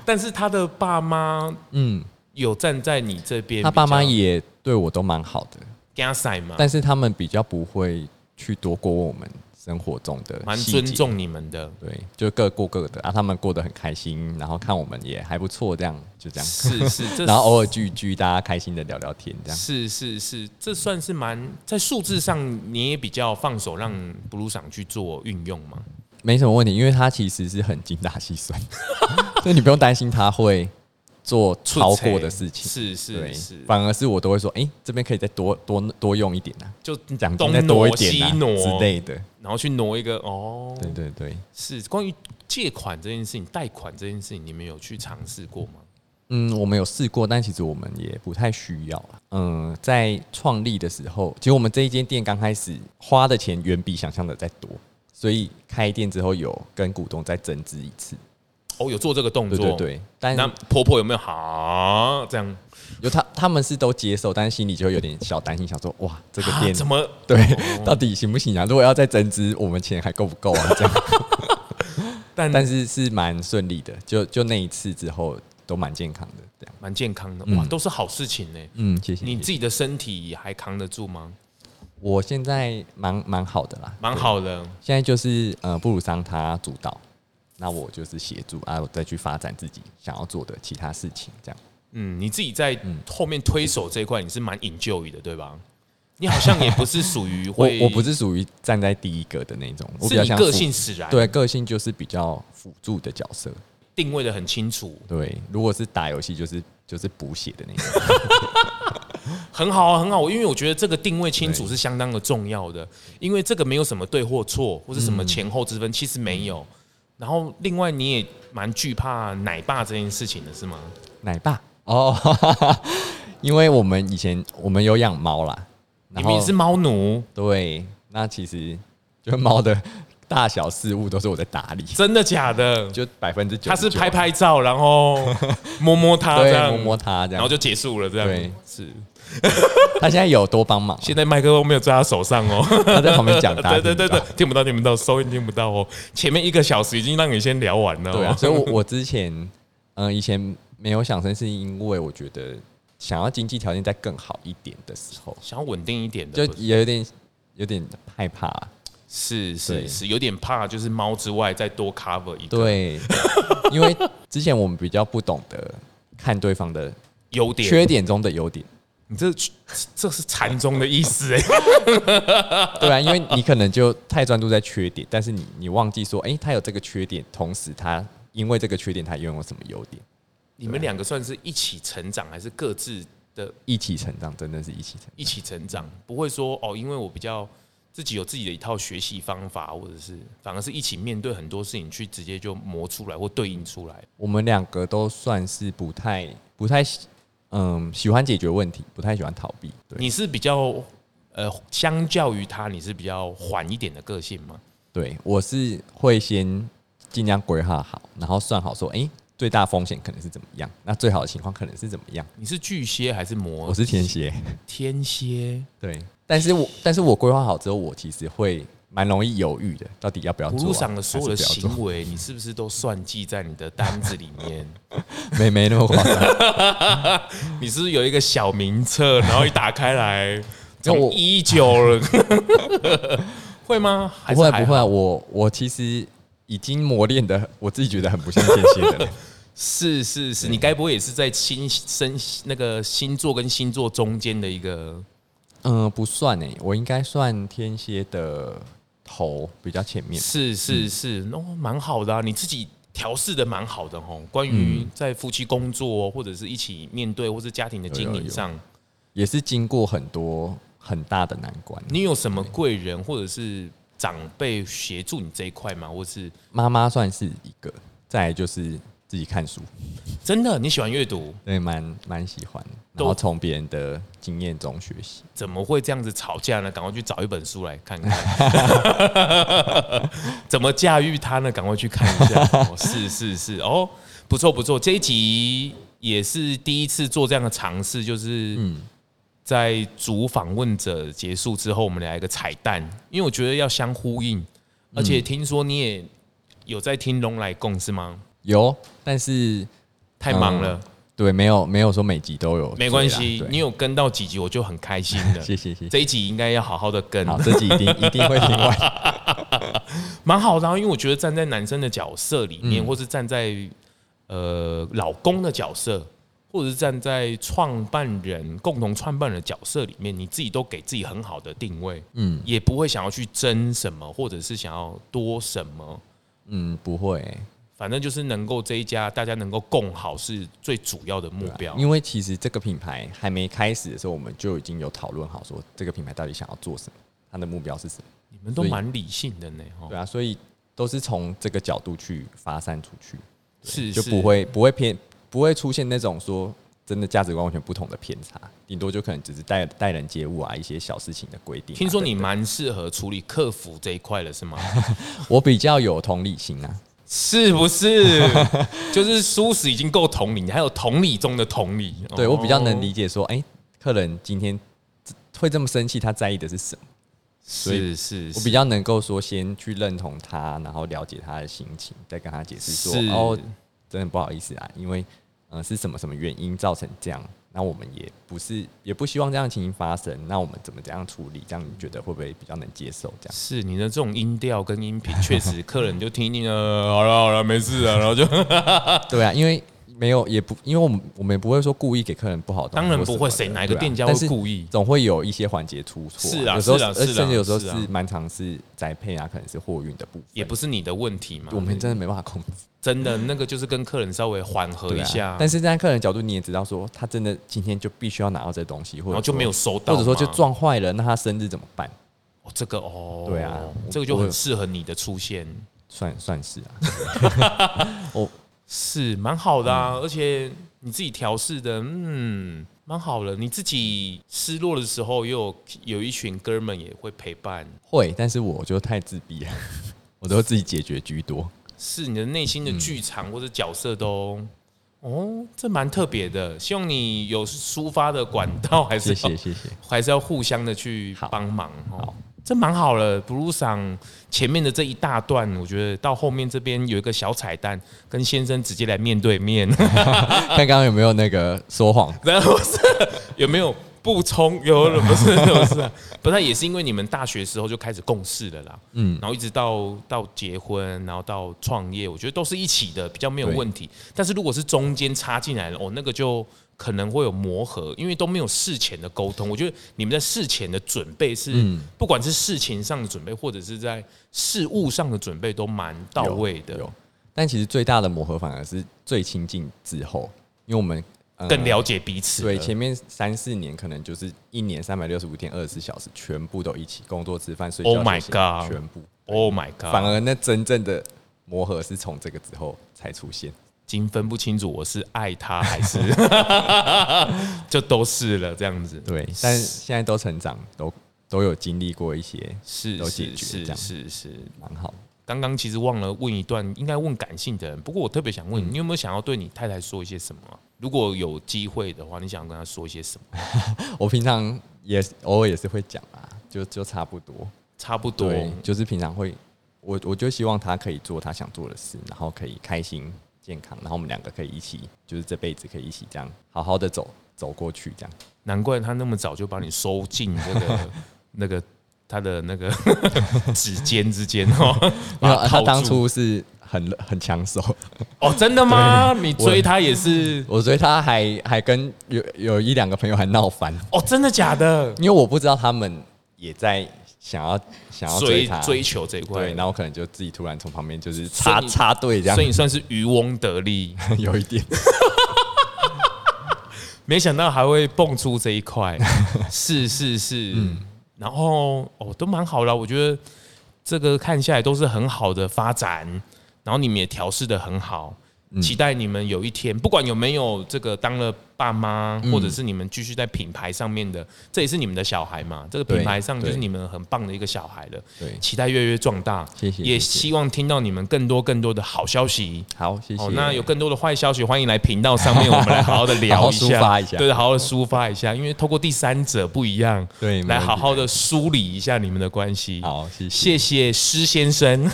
S1: 但是他的爸妈
S3: 嗯，
S1: 有站在你这边，
S3: 他爸妈也对我都蛮好的，
S1: 给他塞嘛，
S3: 但是他们比较不会去多过问我们生活中的
S1: 蛮
S3: 细
S1: 尊
S3: 节。
S1: 重你们的。
S3: 对，就各过各的啊，他们过得很开心，然后看我们也还不错，这样就这样，
S1: 是是，这
S3: 然后偶尔聚一聚，大家开心的聊聊天，这样。
S1: 是是是，这算是蛮在数字上，你也比较放手让 Blue 赏去做运用嘛。
S3: 没什么问题，因为他其实是很精打细算， 所以你不用担心他会做超过的事情。
S1: 是
S3: 对
S1: 是是，，
S3: 反而是我都会说，哎、这边可以再多多多用一点啊，
S1: 就
S3: 奖金
S1: 东
S3: 再多一
S1: 挪
S3: 点
S1: 西
S3: 啊
S1: 挪
S3: 之，类的。
S1: 然后去挪一个哦。
S3: 对对对，
S1: 是关于借款这件事情、贷款这件事情，你们有去尝试过吗？
S3: 嗯，我们有试过，但其实我们也不太需要啦嗯，在创立的时候，其实我们这一间店刚开始花的钱远比想象的再多，所以开店之后有跟股东再增资一次。
S1: 哦，有做这个动
S3: 对
S1: 作，
S3: 对对，但
S1: 那婆婆有没有好这样？
S3: 有他他们是都接受，但是心里就会有点小担心，想说哇，这个
S1: 啊
S3: 店、
S1: 怎么哦
S3: 对、到底行不行啊？如果要再增资，我们钱还够不够啊？这样。
S1: 但
S3: 但是是蛮顺利的，就就那一次之后都蛮健康的，这样。
S1: 蛮健康的，
S3: 嗯
S1: 哇，都是好事情呢。
S3: 嗯，谢谢。
S1: 你
S3: 谢谢
S1: 自己的身体还扛得住吗？
S3: 我现在蛮蛮好的啦，
S1: 蛮
S3: 对。
S1: 好的，
S3: 现在就是呃，布鲁桑他主导，那我就是协助啊，我再去发展自己想要做的其他事情，这样。
S1: 嗯，你自己在后面推手这一块，你是蛮引咎于的，对吧？你好像也不是属于
S3: 我
S1: 会，
S3: 我不是属于站在第一个的那种，我比
S1: 是
S3: 较
S1: 你
S3: 像
S1: 个
S3: 辅
S1: 性使然，
S3: 对个性就是比较辅助的角色。
S1: 定位的很清楚，
S3: 对，如果是打游戏就是就是补血的那种。
S1: 很好啊，很好。因为我觉得这个定位清楚
S3: 对
S1: 是相当的重要的，因为这个没有什么对或错，或是什么前后
S3: 嗯
S1: 之分，其实没有。然后另外你也蛮惧怕奶爸这件事情的是吗？
S3: 奶爸哦，哈哈哈 因为我们以前我们有养猫啦，
S1: 你
S3: 然
S1: 们
S3: 后
S1: 也是猫奴，
S3: 对，那其实就猫的大小事物都是我在 打理，
S1: 真的假的？
S3: 就百分之九，啊
S1: 他是拍拍照，然后摸摸它这
S3: 对
S1: 样，
S3: 摸摸它
S1: 然
S3: 这样，
S1: 后就结束了这样。
S3: 对
S1: 是。
S3: 他现在有多帮忙，
S1: 现在麦克风没有在他手上哦。
S3: 他在旁边讲大家
S1: 对对对
S3: 听
S1: 对听不
S3: 不到，
S1: 到听不到，收音听不到哦。前面一个小时已经让你先聊完了、哦。
S3: 对啊，所以我我之前嗯、呃以前没有想生，是因为我觉得想要经济条件再更好一点的时候，
S1: 想要稳定一点
S3: 就
S1: 的，不是
S3: 也有点有点害怕、
S1: 是
S3: 对
S1: 是是，有点怕，就是猫之外再多 cover 一个
S3: 对，因为之前我们比较不懂得看对方的
S1: 优点。
S3: 缺点中的优点。
S1: 你这这是禅宗的意思哎、
S3: 对啊，因为你可能就太专注在缺点，但是你你忘记说，哎、他有这个缺点，同时他因为这个缺点，他拥有什么优点，
S1: 你们两个算是一起成长，还是各自的
S3: 一起成长，真的是一起成
S1: 一起成长？不会说哦，因为我比较自己有自己的一套学习方法，或者是反而是一起面对很多事情去直接就磨出来或对应出来。
S3: 我们两个都算是不太不太喜嗯喜欢解决问题，不太喜欢逃避。对
S1: 你是比较呃，相较于他，你是比较缓一点的个性吗？
S3: 对，我是会先尽量规划好，然后算好说，哎、最大风险可能是怎么样，那最好的情况可能是怎么样。
S1: 你是巨蟹还是摩？
S3: 我是天蝎，
S1: 天蝎，
S3: 对，但是我但是我规划好之后，我其实会蛮容易犹豫的，到底要不要
S1: 葫
S3: 做、
S1: 芦
S3: 啊？
S1: 赏的所有
S3: 还
S1: 的
S3: 是不要
S1: 行为，你是不是都算计在你的单子里 面？
S3: 做，没没那么夸张。
S1: 你是不是有一个小名册，然后一打开 来，
S3: 那我
S1: 从一九了， 会吗？ 还
S3: 不
S1: 是
S3: 会
S1: 还
S3: 不会，
S1: 好，
S3: 我我其实已经磨练的，我自己觉得很不像天蝎 的人。
S1: 是是是，你该不会也是在星生那个星座跟星座中间的一个
S3: 嗯，不算诶，我应该算天蝎的头比较前面。
S1: 是
S3: 嗯
S1: 是是，那、蛮好的啊，你自己调试的蛮好的哦。关于
S3: 嗯
S1: 在夫妻工作、或者是一起面对，或是家庭的经
S3: 有有
S1: 营
S3: 有
S1: 上，
S3: 也是经过很多很大的难关。
S1: 你有什么贵人或者是长辈协助你这一块吗？或是
S3: 妈妈算是一个，再来就是自己看书，
S1: 真的你喜欢阅读，
S3: 对，蛮蛮喜欢的。
S1: 都
S3: 然后从别人的经验中学习。
S1: 怎么会这样子吵架呢？赶快去找一本书来看看， 怎么驾驭它呢？赶快去看一下。哦、是是是，哦，不错不错，这一集也是第一次做这样的尝试，就是
S3: 嗯
S1: 在主访问者结束之后，我们来一个彩蛋，因为我觉得要相呼应，
S3: 嗯
S1: 而且听说你也有在听《龙来共》是吗？
S3: 有，但是
S1: 太忙
S3: 嗯
S1: 了。
S3: 对，没有没有说每集都有追啦，
S1: 没关系，
S3: 对
S1: 你有跟到几集我就很开心了。
S3: 谢谢谢谢。
S1: 这一集应该要好好的跟，
S3: 好，这集 一定一定会听完。
S1: 蛮好的、啊，因为我觉得站在男生的角色里面，
S3: 嗯
S1: 或是站在呃老公的角色，或者是站在创办人共同创办人的角色里面，你自己都给自己很好的定位，
S3: 嗯
S1: 也不会想要去争什么，或者是想要多什么，
S3: 嗯，不会欸、
S1: 反正就是能够这一家大家能够共好是最主要的目标。
S3: 啊因为其实这个品牌还没开始的时候，我们就已经有讨论好说这个品牌到底想要做什么，它的目标是什么。
S1: 你们都蛮理性的呢，哦
S3: 对啊，所以都是从这个角度去发散出去，
S1: 是
S3: 就是不会 不会偏不会出现那种说真的价值观完全不同的偏差，顶多就可能只是待待人接物啊一些小事情的规定啊、
S1: 听说你
S3: 对
S1: 蛮适合处理客服这一块了，是吗？
S3: 我比较有同理心啊，
S1: 是不是？ 就是舒适已经够同理，你还有同理中的同理。
S3: 对
S1: 哦
S3: 我比较能理解说，哎、客人今天会这么生气，他在意的是什么？所
S1: 是
S3: 以
S1: 是，
S3: 我
S1: 是
S3: 比较能够说先去认同他，然后了解他的心情，再跟他解释说
S1: 是
S3: 哦，真的不好意思啊，因为嗯、呃是什么什么原因造成这样，那我们也不是也不希望这样的情形发生，那我们怎么这样处理？这样你觉得会不会比较能接受？这样
S1: 是你的这种音调跟音频，确实客人就听一听， 呃，好了好了，没事啊，然后就
S3: 对啊，因为没有也不因为我们我们也不会说故意给客人不好的东
S1: 当
S3: 西
S1: 然
S3: 或什么
S1: 不会
S3: 的
S1: 谁哪一个
S3: 对啊
S1: 店家
S3: 但
S1: 会
S3: 是
S1: 故意
S3: 总会有一些环节出错、
S1: 是啊
S3: 有时候
S1: 是啊
S3: 呃
S1: 是啊
S3: 甚至有时候
S1: 是啊
S3: 是蛮常是宅配啊，可能是货运的部分，
S1: 也不是你的问题嘛。
S3: 我们真的没办法控制。
S1: 真的那个就是跟客人稍微缓和
S3: 对
S1: 一下
S3: 啊，，但是站在客人角度，你也知道说他真的今天就必须要拿到这东西，或
S1: 然
S3: 者
S1: 后就
S3: 说
S1: 没有，收到
S3: 或
S1: 嘛，
S3: 者说就撞坏了，那他生日怎么办？
S1: 哦这个哦，
S3: 对啊
S1: 这个就
S3: 我
S1: 很适合你的出现。
S3: 算算是啊，我
S1: 是蛮好的
S3: 嗯
S1: 啊，而且你自己调试的，嗯，蛮好的。你自己失落的时候，又有有一群哥们也会陪伴，
S3: 会，但是我就太自闭了， 我都自己解决居多。
S1: 是你的内心的剧
S3: 嗯
S1: 场或者角色都，哦，这蛮特别的。希望你有抒发的管道， 还是
S3: 谢
S1: 要
S3: 谢谢谢，
S1: 还是要互相的去
S3: 好
S1: 帮忙哦
S3: 好。
S1: 这蛮好了，Blue 赏前面的这一大段，我觉得到后面这边有一个小彩蛋，跟先生直接来面对面。
S3: 看刚刚有没有那个说谎？
S1: 然后是有没有不充？有了不是不是，啊 不太也是因为你们大学时候就开始共事了啦，嗯，然后一直到到结婚，然后到创业，我觉得都是一起的，比较没有
S3: 对
S1: 问题。但是如果是中间插进来了，哦，那个就可能会有磨合，因为都没有事前的沟通。我觉得你们在事前的准备是，不管是事情上的准备，或者是在事物上的准备，都蛮到
S3: 有
S1: 位的，
S3: 有，但其实最大的磨合反而是最亲近之后，因为我们、呃
S1: 更了解彼此了。
S3: 对，前面三四年可能就是一年三百六十五天、二十四小时，全部都一起工作、吃饭、睡觉、
S1: Oh my
S3: 休息
S1: God
S3: 全部。
S1: ，Oh my god！
S3: 反而那真正的磨合是从这个之后才出现。
S1: 已经分不清楚我是爱他还 是就都是了这样子。
S3: 对，但是现在都成长，都都有经历过一些，
S1: 是
S3: 都解
S1: 是
S3: 决
S1: 是
S3: 这样
S1: 是是。
S3: 蛮好。
S1: 刚刚其实忘了问一段，应该问感性的人。不过我特别想问
S3: 嗯
S1: 你，你有没有想要对你太太说一些什么啊？如果有机会的话，你想跟她说一些什么？
S3: 我平常也偶尔也是会讲啊，就就差不多。
S1: 差不多。
S3: 对，就是平常会，我我就希望他可以做他想做的事，然后可以开心健康，然后我们两个可以一起，就是这辈子可以一起这样好好的走走过去，这样
S1: 难怪他那么早就把你收进那 个那个他的那个 指尖之间哦，
S3: 因
S1: 把套
S3: 为他
S1: 住
S3: 当初是很很抢手，
S1: 哦，真的吗？你追他也是
S3: 我觉得他还还跟有有一两个朋友还闹翻，
S1: 哦，真的假的？
S3: 因为我不知道他们也在想要想要追
S1: 追
S3: 他
S1: 追求这一块，
S3: 对，然后可能就自己突然从旁边就是
S1: 所以
S3: 插
S1: 你
S3: 插队这样
S1: 所以，你算是渔翁得利，
S3: 有一点
S1: 没想到还会蹦出这一 块，是是是，
S3: 嗯
S1: 然后哦都蛮好了，我觉得这个看下来都是很好的发展，然后你们也调试的很好，
S3: 嗯
S1: 期待你们有一天，不管有没有这个当了爸妈，
S3: 嗯
S1: 或者是你们继续在品牌上面的，这也是你们的小孩嘛，这个品
S3: 对
S1: 牌上就是
S3: 对
S1: 你们很棒的一个小孩了，
S3: 对
S1: 期待越来越壮大，
S3: 谢谢
S1: 也
S3: 谢谢
S1: 希望听到你们更多更多的好消息，
S3: 好，谢谢。
S1: 哦，那有更多的坏消息，欢迎来频道上面，我们来好好的聊一下，
S3: 好好抒发一下
S1: 对，好好的抒发一下，因为透过第三者不一样，
S3: 对没
S1: 来
S3: 问题
S1: 好好的梳理一下你们的关系。
S3: 好，谢
S1: 谢
S3: 谢。
S1: 谢 施先生，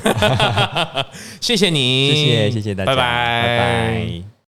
S1: 谢谢你，
S3: 谢谢谢谢大
S1: 拜
S3: 家，
S1: 拜
S3: 拜拜